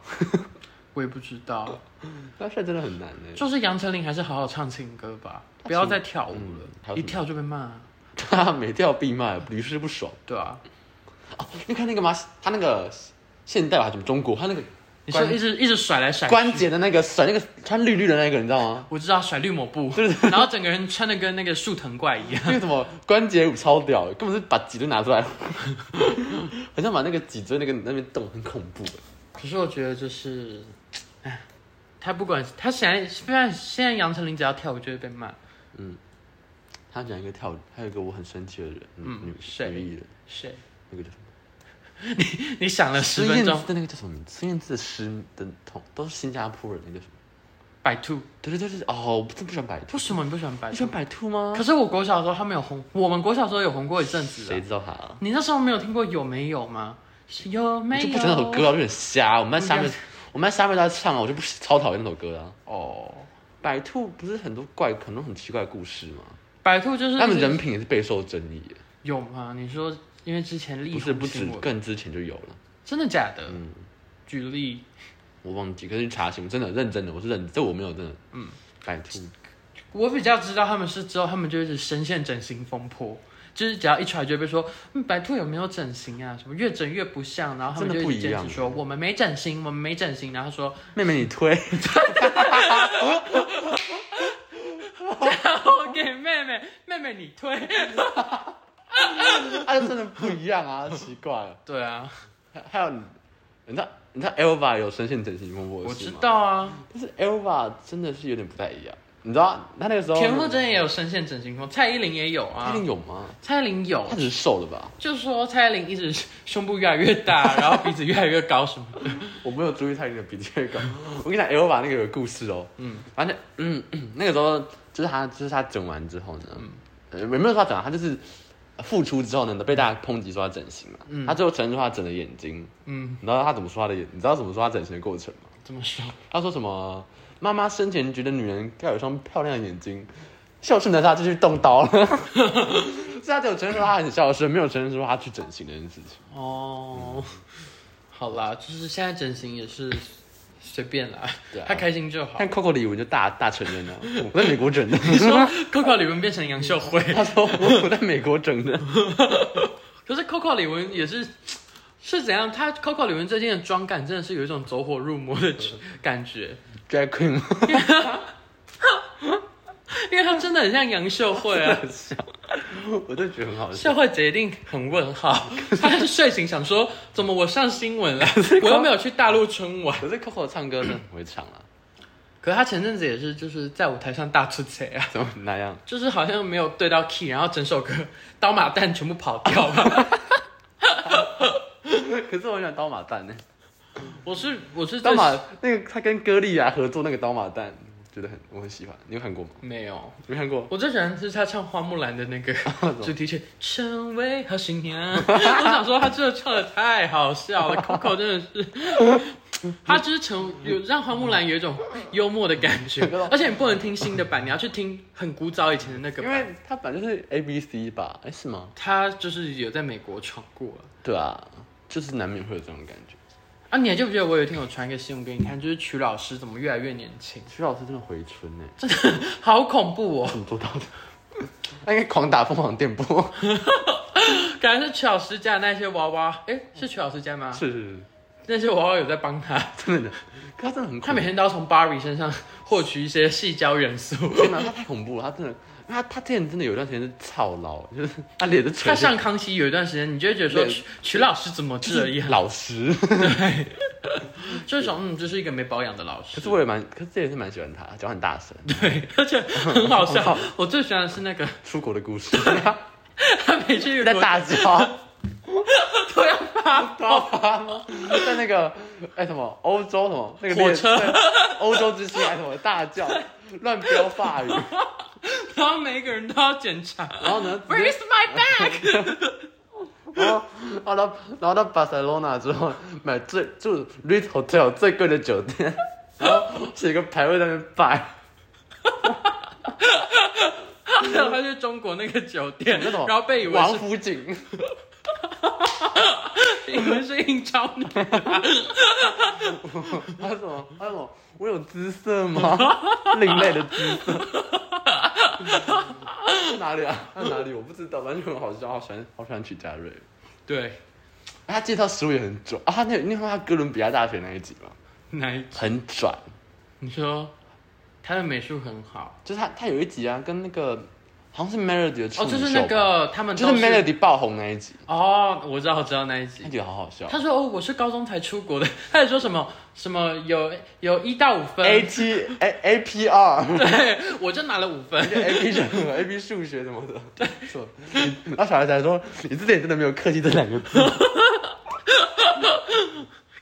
Speaker 2: 我也不知道，嗯
Speaker 1: ？Not Shy 真的很难欸呢。
Speaker 2: 就是杨丞琳还是好好唱情歌吧，不要再跳舞了，
Speaker 1: 嗯还有什么
Speaker 2: 一跳就被骂，
Speaker 1: 他每跳必骂，屡试不爽。
Speaker 2: 对啊。
Speaker 1: 哦，你看那个吗？他那个现代吧，还是什么中国，他那个
Speaker 2: 你说一直一直甩来甩去，
Speaker 1: 关节的那个甩那个穿绿绿的那个，你知道吗？
Speaker 2: 我知道甩绿抹 布，然后整个人穿的跟那个树藤怪一样。
Speaker 1: 那个什么关节舞超屌，根本是把脊椎拿出来，好像把那个脊椎那个那边动，很恐怖。
Speaker 2: 可是我觉得就是，哎，他不管他现在虽然现在杨丞琳只要跳舞就会被骂，
Speaker 1: 他讲一个跳，还有一个我很生气的人，
Speaker 2: 嗯
Speaker 1: 女
Speaker 2: 谁
Speaker 1: 女艺人，
Speaker 2: 谁？
Speaker 1: 那个叫什么？
Speaker 2: 你想了十
Speaker 1: 孙
Speaker 2: 分
Speaker 1: 燕姿
Speaker 2: 钟，
Speaker 1: 的那个叫什么名字？孙燕姿的诗的同都是新加坡人，那个什么？
Speaker 2: 百兔。
Speaker 1: 对对对对，哦，我真不喜欢白兔
Speaker 2: 为，什么你不喜欢白
Speaker 1: 你喜
Speaker 2: 兔
Speaker 1: 欢？白兔吗
Speaker 2: 可？是我国小的时候他没有红，我们国小的时候有红过一阵子
Speaker 1: 谁
Speaker 2: 啊。
Speaker 1: 知道他啊？
Speaker 2: 你那时候没有听过有没有吗？是有
Speaker 1: 我
Speaker 2: 没
Speaker 1: 就
Speaker 2: 有？
Speaker 1: 不觉得那首歌啊，我就很瞎。我们班下
Speaker 2: 你
Speaker 1: 面
Speaker 2: 看，
Speaker 1: 我们班下面都在唱啊，我就不超讨厌那首歌啊。
Speaker 2: 哦，
Speaker 1: 白兔不是很多怪，很多很奇怪的故事吗？
Speaker 2: 白兔就是
Speaker 1: 他们人品也是备受争议耶，
Speaker 2: 有吗？你说因为之前立
Speaker 1: 不是不止
Speaker 2: 我，
Speaker 1: 更之前就有了。
Speaker 2: 真的假的？
Speaker 1: 嗯，
Speaker 2: 举例，
Speaker 1: 我忘记，可是去查询真的认真的，我是认这我没有真的。嗯，白兔
Speaker 2: 我比较知道他们是之后，他们就一直深陷整形风波。就是只要一出来就会被说，嗯，白兔有没有整形啊？什么越整越不像，然后他们
Speaker 1: 真的
Speaker 2: 就
Speaker 1: 不
Speaker 2: 一直
Speaker 1: 一
Speaker 2: 坚
Speaker 1: 样欸
Speaker 2: 持说我们没整形，我们没整形。然后说
Speaker 1: 妹妹你 推，
Speaker 2: 我给妹妹，妹妹你推。
Speaker 1: 他就真的不一样啊，奇怪了。
Speaker 2: 对啊，
Speaker 1: 还还有你，你知道你知道 Elva 有深陷整形风波的
Speaker 2: 我
Speaker 1: 事
Speaker 2: 知
Speaker 1: 吗？
Speaker 2: 道啊，
Speaker 1: 但是 Elva 真的是有点不太一样，你知道他那个时候
Speaker 2: 田馥甄也有深陷整形风，蔡依林也有
Speaker 1: 他
Speaker 2: 啊
Speaker 1: 一，定有吗？
Speaker 2: 蔡依林有
Speaker 1: 他，只是瘦了吧？
Speaker 2: 就是说蔡依林一直胸部越来越大，然后鼻子越来越高什么的。
Speaker 1: 我没有注意他你的鼻涕越高。 我跟你讲，L 吧那个有故事哦。嗯，反正嗯，嗯那个时候就是他，就是他整完之后呢，呃，也没有说他整完，他就是呃复出之后呢，被大家抨击说他整形嘛。他最后承认说他整了眼睛。
Speaker 2: 嗯，
Speaker 1: 你知道他怎么说他的眼？你知道怎么说他整形的过程吗？
Speaker 2: 怎么说？
Speaker 1: 他说什么？妈妈生前觉得女人该有一双漂亮的眼睛，孝顺的他就去动刀了。 所以他只有承认说他很孝顺，没有承认说他去整形这件事情。
Speaker 2: 嗯哦，好啦，就是现在整形也是随便啦，
Speaker 1: 对啊
Speaker 2: 他开心就好。
Speaker 1: 但 Coco 李玟就大大承认了，我在美国整的。
Speaker 2: 你说 Coco 李玟变成杨秀慧，
Speaker 1: 他说我在美国整的，
Speaker 2: 可是 Coco 李玟也是是怎样？他 Coco 李玟最近的妆感真的是有一种走火入魔 的感觉，
Speaker 1: drag queen 吗
Speaker 2: 因为她真的很像杨秀慧 啊。
Speaker 1: 我就觉得很好笑。
Speaker 2: 秀慧姐一定很问号，她是睡醒想说，怎么我上新闻 了？我又没有去大陆春晚。
Speaker 1: 可是 Coco 唱歌真的很会唱啊，
Speaker 2: 可是她前阵子也是就是在舞台上大出贼啊，
Speaker 1: 怎么那样？
Speaker 2: 就是好像没有对到 key，然后整首歌刀马旦全部跑掉 了。
Speaker 1: 可是我很喜欢刀马旦呢，
Speaker 2: 我是我是
Speaker 1: 刀
Speaker 2: 在
Speaker 1: 马那个他跟歌莉娅合作那个刀马旦，觉得很我很喜欢。你有看过吗？
Speaker 2: 没有，
Speaker 1: 没看过。
Speaker 2: 我最喜欢是她唱花木兰的 那个
Speaker 1: 怎么
Speaker 2: 主题曲《成为好新娘》。 我想说她真的唱的太好笑 了，Coco 真的是。她就是成有让花木兰有一种幽默的感 觉，而且你不能听新的版，你要去听很古早以前的那个
Speaker 1: 因
Speaker 2: 版。
Speaker 1: 为他本来就是 A B C 吧？哎，是吗？
Speaker 2: 她就是有在美国闯过了。
Speaker 1: 对啊，就是难免会有这种感觉。
Speaker 2: 啊，你还记不记得我有一天有传一个新闻给你看，就是曲老师怎么越来越年轻，
Speaker 1: 徐老师真的回春呢，
Speaker 2: 好恐怖哦！
Speaker 1: 怎么做到的？ 他应该狂打疯狂电波。
Speaker 2: 感觉是曲老师家的那些娃娃，哎，是曲老师家吗？
Speaker 1: 是是
Speaker 2: 那些娃娃有在帮他，
Speaker 1: 是，真的。可他真的很恐怖，
Speaker 2: 他每天都要从芭比身上获取一些细胶元素。
Speaker 1: 天哪，他太恐怖了，他真的，他他之前真的有一段时间是操劳，就是他脸都垂
Speaker 2: 他
Speaker 1: 下
Speaker 2: 上康熙有一段时间，你就会觉得说
Speaker 1: 对
Speaker 2: 曲曲老师怎么这 样？
Speaker 1: 老实，
Speaker 2: 就是说，嗯，就是一个没保养的老师
Speaker 1: 可。是我也蛮，可是这也是蛮喜欢他，讲话很大声。
Speaker 2: 对，而且很好
Speaker 1: 好
Speaker 2: 笑。我最喜欢的是那个
Speaker 1: 出国的故事，
Speaker 2: 他每去
Speaker 1: 在大 叫，
Speaker 2: 都要发
Speaker 1: 都要发吗？在那个哎什么欧洲什么那个
Speaker 2: 火车
Speaker 1: 列，对欧洲之星还是什么大叫，乱飙法语，
Speaker 2: 然后每一个人都要检查。
Speaker 1: 然后呢，
Speaker 2: Where is my bag？
Speaker 1: 然后然后到然后到巴塞罗那之后买最住 Ritz Hotel 最贵的酒店，然后写个排位在那边拜。
Speaker 2: 还有 他去中国那个酒店，
Speaker 1: 那种
Speaker 2: 然后被以为
Speaker 1: 王
Speaker 2: 是
Speaker 1: 府井，
Speaker 2: 以为是印钞女。
Speaker 1: 还有什么？还有什么？我有姿色 吗？另类的姿色。哪里啊？在哪里？我不知道，反正就很好笑，好喜欢，好喜欢曲家瑞。
Speaker 2: 对，
Speaker 1: 他介绍食物也很拽啊！他那你有看他哥伦比亚大学那一集吗？
Speaker 2: 哪一
Speaker 1: 很拽，
Speaker 2: 你说他的美术很好
Speaker 1: 就是他他有一集啊，跟那个好像是 Melody 的处
Speaker 2: 哦，
Speaker 1: 女秀吧、
Speaker 2: 就是那个他们
Speaker 1: 就
Speaker 2: 都
Speaker 1: 是 Melody 爆红那一集，
Speaker 2: 哦，我知道我知道那一
Speaker 1: 那
Speaker 2: 集。
Speaker 1: 集好好笑。
Speaker 2: 他说哦，我是高中才出国的， 他还说什么什么有有一到五
Speaker 1: A
Speaker 2: 分，
Speaker 1: T A A P R。
Speaker 2: 对我就拿了五分。
Speaker 1: A P 什么 A P 数学什么的，对，然后小孩才说你字典真的没有客气这两个字，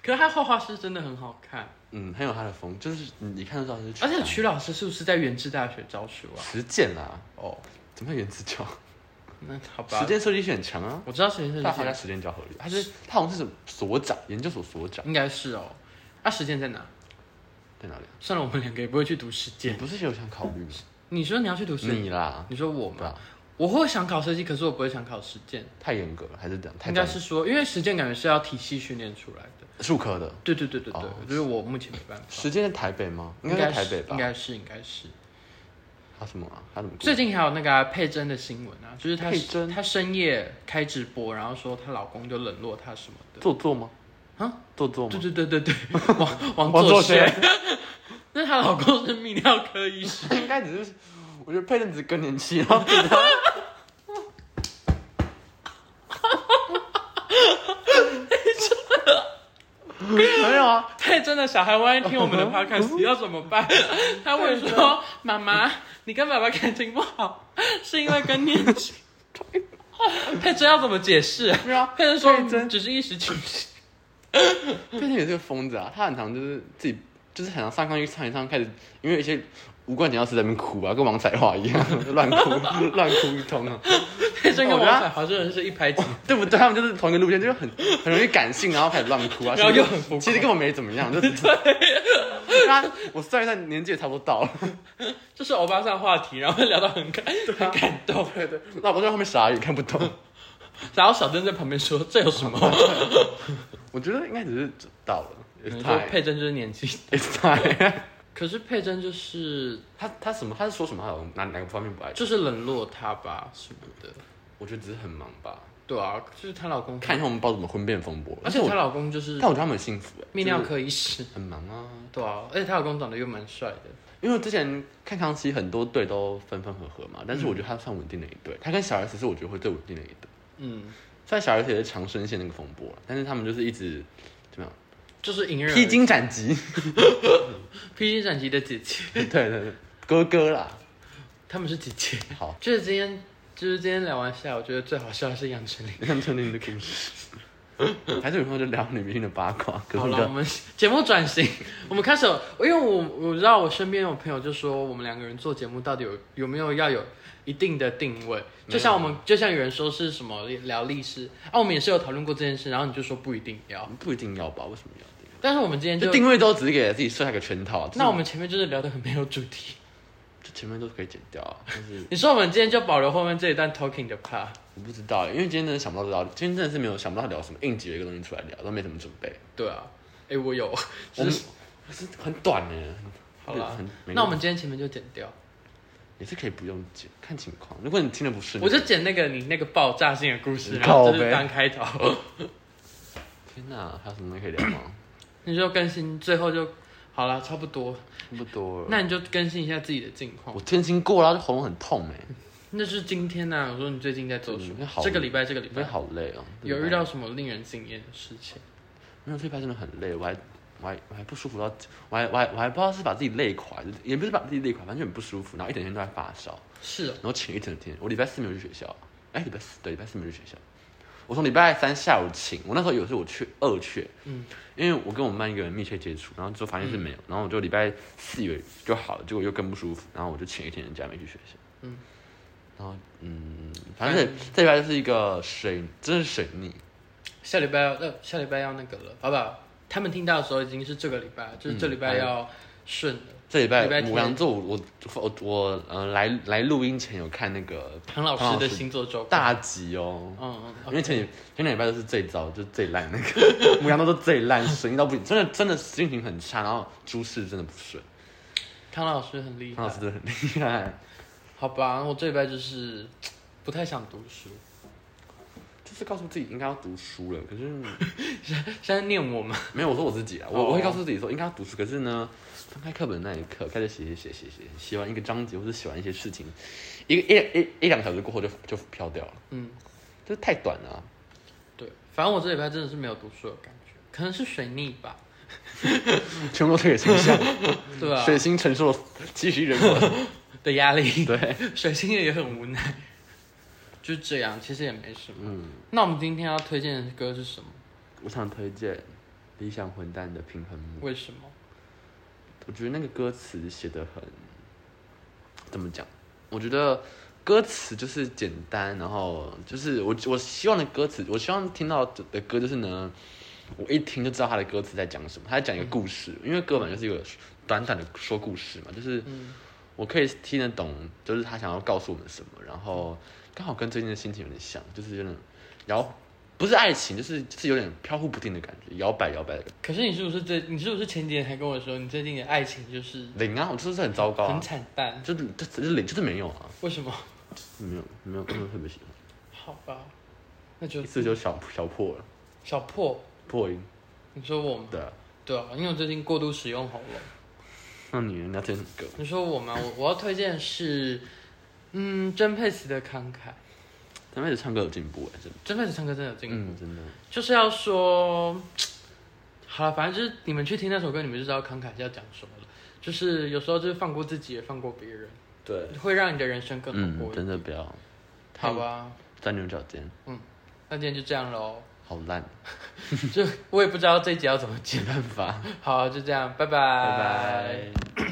Speaker 2: 可是他画画是真的很好看，
Speaker 1: 嗯，很有他的风，就是你看得到是，
Speaker 2: 而且曲老师是不是在元智大学教书啊？
Speaker 1: 实践啦，
Speaker 2: 哦，
Speaker 1: 怎么会原子教？
Speaker 2: 那好吧
Speaker 1: 实，践设计系很强啊，
Speaker 2: 我知道时间是
Speaker 1: 他好像实践教合理，他是他好像是什么所长，研究所所长
Speaker 2: 应该是哦。那、时间在哪？
Speaker 1: 在哪里？
Speaker 2: 算了，我们两个也不会去读实
Speaker 1: 你
Speaker 2: 践。
Speaker 1: 不是有想考虑吗？
Speaker 2: 你说你要去读实践，
Speaker 1: 你啦，
Speaker 2: 你说我
Speaker 1: 对
Speaker 2: 吗？
Speaker 1: 吧？
Speaker 2: 我会想考设计，可是我不会想考实践。
Speaker 1: 太严格了，还是这样？太
Speaker 2: 应该是说，因为实践感觉是要体系训练出来的。
Speaker 1: 数科的，
Speaker 2: 对对对对对，
Speaker 1: 哦
Speaker 2: 就是我目前没办法。
Speaker 1: 时间在台北吗？应该在台北吧
Speaker 2: 应？该是应该是。
Speaker 1: 他什么啊？他怎么？
Speaker 2: 最近还有那个啊、佩珍的新闻啊，就是她
Speaker 1: 佩珍
Speaker 2: 她深夜开直播，然后说她老公就冷落她什么的。
Speaker 1: 做作吗？
Speaker 2: 啊，
Speaker 1: 做作
Speaker 2: 对
Speaker 1: 吗？
Speaker 2: 对 对对对，王王
Speaker 1: 王
Speaker 2: 作
Speaker 1: 作轩
Speaker 2: 轩。 那她老公是泌尿科医师，
Speaker 1: 应该只是，我觉得佩珍只是更年期，然后变成没有啊，
Speaker 2: 佩珍的小孩万一听 我们的 podcast 要怎么办？他会说：“妈妈，你跟爸爸感情不好，是因为更年 期。” 佩珍要怎么解释、啊？
Speaker 1: 没有啊，
Speaker 2: 佩珍说：“
Speaker 1: 佩珍
Speaker 2: 只是一时情绪。
Speaker 1: 佩珍也是个疯子啊，他很常就是自己，就是很常上课去唱一唱，开始因为一些无关紧要事在那边哭啊，跟王彩华一样乱哭， 乱哭一通啊，”
Speaker 2: 佩珍跟
Speaker 1: 我
Speaker 2: 王
Speaker 1: 觉得
Speaker 2: 彩华真的是一拍即合。
Speaker 1: 对不对？他们就是同一个路线，就是很很容易感性， 然后开始乱哭啊，
Speaker 2: 然后
Speaker 1: 其实
Speaker 2: 又很浮夸
Speaker 1: 其实根本没怎么样，就是 他我算一算年纪也差不多到了。
Speaker 2: 这是欧巴桑话题，然后聊到很感啊很感动，
Speaker 1: 对对，老婆在后面傻眼看不懂。
Speaker 2: 然后小邓在旁边说：“这有什么
Speaker 1: 我觉得应该只是到了， It's
Speaker 2: 你说
Speaker 1: time.
Speaker 2: 佩珍就是年轻，
Speaker 1: It's time.
Speaker 2: 可是佩珍就是
Speaker 1: 他他什么？他是说什么？他有哪哪个方面不爱？就
Speaker 2: 就是冷落他吧什么的。
Speaker 1: 我觉得只是很忙吧。
Speaker 2: 对啊，就是她老公，
Speaker 1: 看一下我们报怎么婚变风波。
Speaker 2: 而
Speaker 1: 而
Speaker 2: 且
Speaker 1: 且我，
Speaker 2: 她老公就是
Speaker 1: 但我觉得他们很幸福哎，
Speaker 2: 泌尿科医师。
Speaker 1: 就是很忙啊。
Speaker 2: 对啊，而且她老公长得又蛮帅的。
Speaker 1: 因为我之前看康熙很多队都分分合合嘛，但是我觉得他算稳定的一队。他跟小 S 是我觉得会最稳定的一对。
Speaker 2: 嗯，
Speaker 1: 虽然小 S 也是长生线那个风波啊啦但是他们就是一直怎么
Speaker 2: 就是隐忍
Speaker 1: 样披荆斩棘。
Speaker 2: 披荆斩棘的姐姐，
Speaker 1: 对对对，哥哥啦。
Speaker 2: 她们是姐姐。
Speaker 1: 好，
Speaker 2: 就是今天，就是今天聊完下来，我觉得最好笑的是杨丞琳。
Speaker 1: 杨丞琳的故事，还是有时候就聊女明星的八卦。可是
Speaker 2: 好
Speaker 1: 我
Speaker 2: 了，我
Speaker 1: 就
Speaker 2: 们节目转型， 我们开始，因为我我知道我身边有朋友就说，我们两个人做节目到底有有没有要有一定的定位？就像我们，就像有人说是什么聊历史啊，我们也是有讨论过这件事，然后你就说不一定要，
Speaker 1: 啊不一定要吧？为什么要定？
Speaker 2: 但是我们今天就
Speaker 1: 就，定位都只是给自己设下个圈套啊。就是
Speaker 2: 那我们前面就是聊得很没有主题。
Speaker 1: 就前面都可以剪掉啊， 但是
Speaker 2: 你说我们今天就保留后面这一段 talking 的 part，
Speaker 1: 我不知道欸，因为今天真的想不到聊，今天真的是没有想不到聊什么，硬挤了一个东西出来聊，都没怎么准备。
Speaker 2: 对啊，哎，我有，
Speaker 1: 我
Speaker 2: 就
Speaker 1: 们
Speaker 2: 是
Speaker 1: 可是很短呢，
Speaker 2: 好啦
Speaker 1: 很没
Speaker 2: 那我们今天前面就剪掉，
Speaker 1: 也是可以不用剪，看情况。如果你听的不顺，
Speaker 2: 我就剪那个你那个爆炸性的故事，
Speaker 1: 你
Speaker 2: 然后
Speaker 1: 靠
Speaker 2: 就是
Speaker 1: 呗
Speaker 2: 当开头。
Speaker 1: 天哪，还有什么东西可以聊吗？
Speaker 2: 你就更新，最后就好了，差不多。
Speaker 1: 差不多了。
Speaker 2: 那你就更新一下自己的近况
Speaker 1: 我。天心过了，就喉咙很痛哎，
Speaker 2: 那是今天呐、我说你最近在做什
Speaker 1: 嗯那
Speaker 2: 么？
Speaker 1: 好
Speaker 2: 这个礼拜，这个礼
Speaker 1: 我觉得
Speaker 2: 拜
Speaker 1: 好累哦。
Speaker 2: 有遇到什么令人惊艳的事情？
Speaker 1: 没有这拍真的很累，我还我还我还不舒服到，我还我还我还不知道是把自己累垮，就是也不是把自己累垮，反正就很不舒服，然后一整天都在发烧，
Speaker 2: 是哦，
Speaker 1: 然后请一整天。我礼拜四没有去学校，哎，礼拜四对，礼拜四没有去学校。我从礼拜三下午请，我那时候有时候我去二确，
Speaker 2: 嗯，
Speaker 1: 因为我跟我们班一个人密切接触，然后之后发现是没有，然后我就礼拜四有就好了，结果又更不舒服，然后我就请一天的假没去学校，
Speaker 2: 嗯，
Speaker 1: 然后嗯，反正这这礼拜就是一个水，真的是水逆，
Speaker 2: 下礼拜要，呃，下礼拜要那个了，好不好？他们听到的时候已经是这个礼拜，就是这礼拜要顺了。
Speaker 1: 这礼拜
Speaker 2: 礼拜天
Speaker 1: 母羊座，我我我我呃来来录音前有看那个
Speaker 2: 唐老师的星座周报，
Speaker 1: 大集哦，
Speaker 2: 嗯嗯
Speaker 1: 因为前几前两礼拜都是最糟，就是最烂那 个母羊座都最烂，水逆到不行，真的真的心情很差，然后诸事真的不顺，
Speaker 2: 嗯，唐老师很厉
Speaker 1: 潘老
Speaker 2: 害
Speaker 1: 师。真的很厉害，
Speaker 2: 好吧，我这礼拜就是不太想读书，
Speaker 1: 就是告诉自己应该要读书了，可 是
Speaker 2: 现在念我吗？
Speaker 1: 没有我说我自己啊，我、
Speaker 2: 哦
Speaker 1: 我会告诉自己说应该要读书，可是呢，翻开课本那一刻开始写写写写写，写完一个章节或者写完一些事情，一个一一一两个小时过后就就飘掉了，
Speaker 2: 嗯，
Speaker 1: 就是太短了啊、
Speaker 2: 对，反正我这礼拜真的是没有读书的感觉，可能是水逆吧。
Speaker 1: 全部都推给形象。
Speaker 2: 对啊，
Speaker 1: 水星承受了七十亿人口的，
Speaker 2: 的压力，
Speaker 1: 对，
Speaker 2: 水星也很无奈，就这样，其实也没什么。
Speaker 1: 嗯，
Speaker 2: 那我们今天要推荐的歌是什么？
Speaker 1: 我想推荐《理想混蛋》的平衡木，
Speaker 2: 为什么？
Speaker 1: 我觉得那个歌词写的很，怎么讲？我觉得歌词就是简单，然后就是我我希望的歌词，我希望听到的歌就是呢，我一听就知道他的歌词在讲什么，他在讲一个故事，因为歌本就是一个短短的说故事嘛，就是
Speaker 2: 嗯
Speaker 1: 我可以听得懂，就是他想要告诉我们什么，然后刚好跟最近的心情有点像，就是有点摇，不是爱情，就是就是有点飘忽不定的感觉，摇摆摇摆的感
Speaker 2: 可是你是不是最？你是不是前几天还跟我说你最近的爱情就是
Speaker 1: 觉。零啊，我就是很糟糕、
Speaker 2: 很
Speaker 1: 啊，
Speaker 2: 惨淡？
Speaker 1: 就是这就是零就是没有啊，
Speaker 2: 为什么？
Speaker 1: 没有没有没有特别喜欢，
Speaker 2: 好吧，那就
Speaker 1: 一次就小小破了，
Speaker 2: 小破。
Speaker 1: 破音
Speaker 2: 你说我吗？
Speaker 1: 对啊。
Speaker 2: 对啊，因为我最近过度使用喉咙。
Speaker 1: 那你人家听歌，
Speaker 2: 你说我吗？我我要推荐是，嗯，真佩慈的《慷慨》。
Speaker 1: 他们一直唱歌有进步哎、真的，
Speaker 2: 真佩慈唱歌真的有进步。
Speaker 1: 嗯，真的，
Speaker 2: 就是要说，好了，反正就是你们去听那首歌，你们就知道慷慨是要讲什么了。就是有时候就是放过自己，也放过别人，
Speaker 1: 对，
Speaker 2: 会让你的人生更好
Speaker 1: 嗯，
Speaker 2: 过。
Speaker 1: 真的不要
Speaker 2: 好吧，
Speaker 1: 钻牛角尖，
Speaker 2: 那今天就这样喽。
Speaker 1: 好烂，
Speaker 2: 就我也不知道这一集要怎么剪。
Speaker 1: 没办法，
Speaker 2: 好，就这样，拜拜
Speaker 1: 拜拜。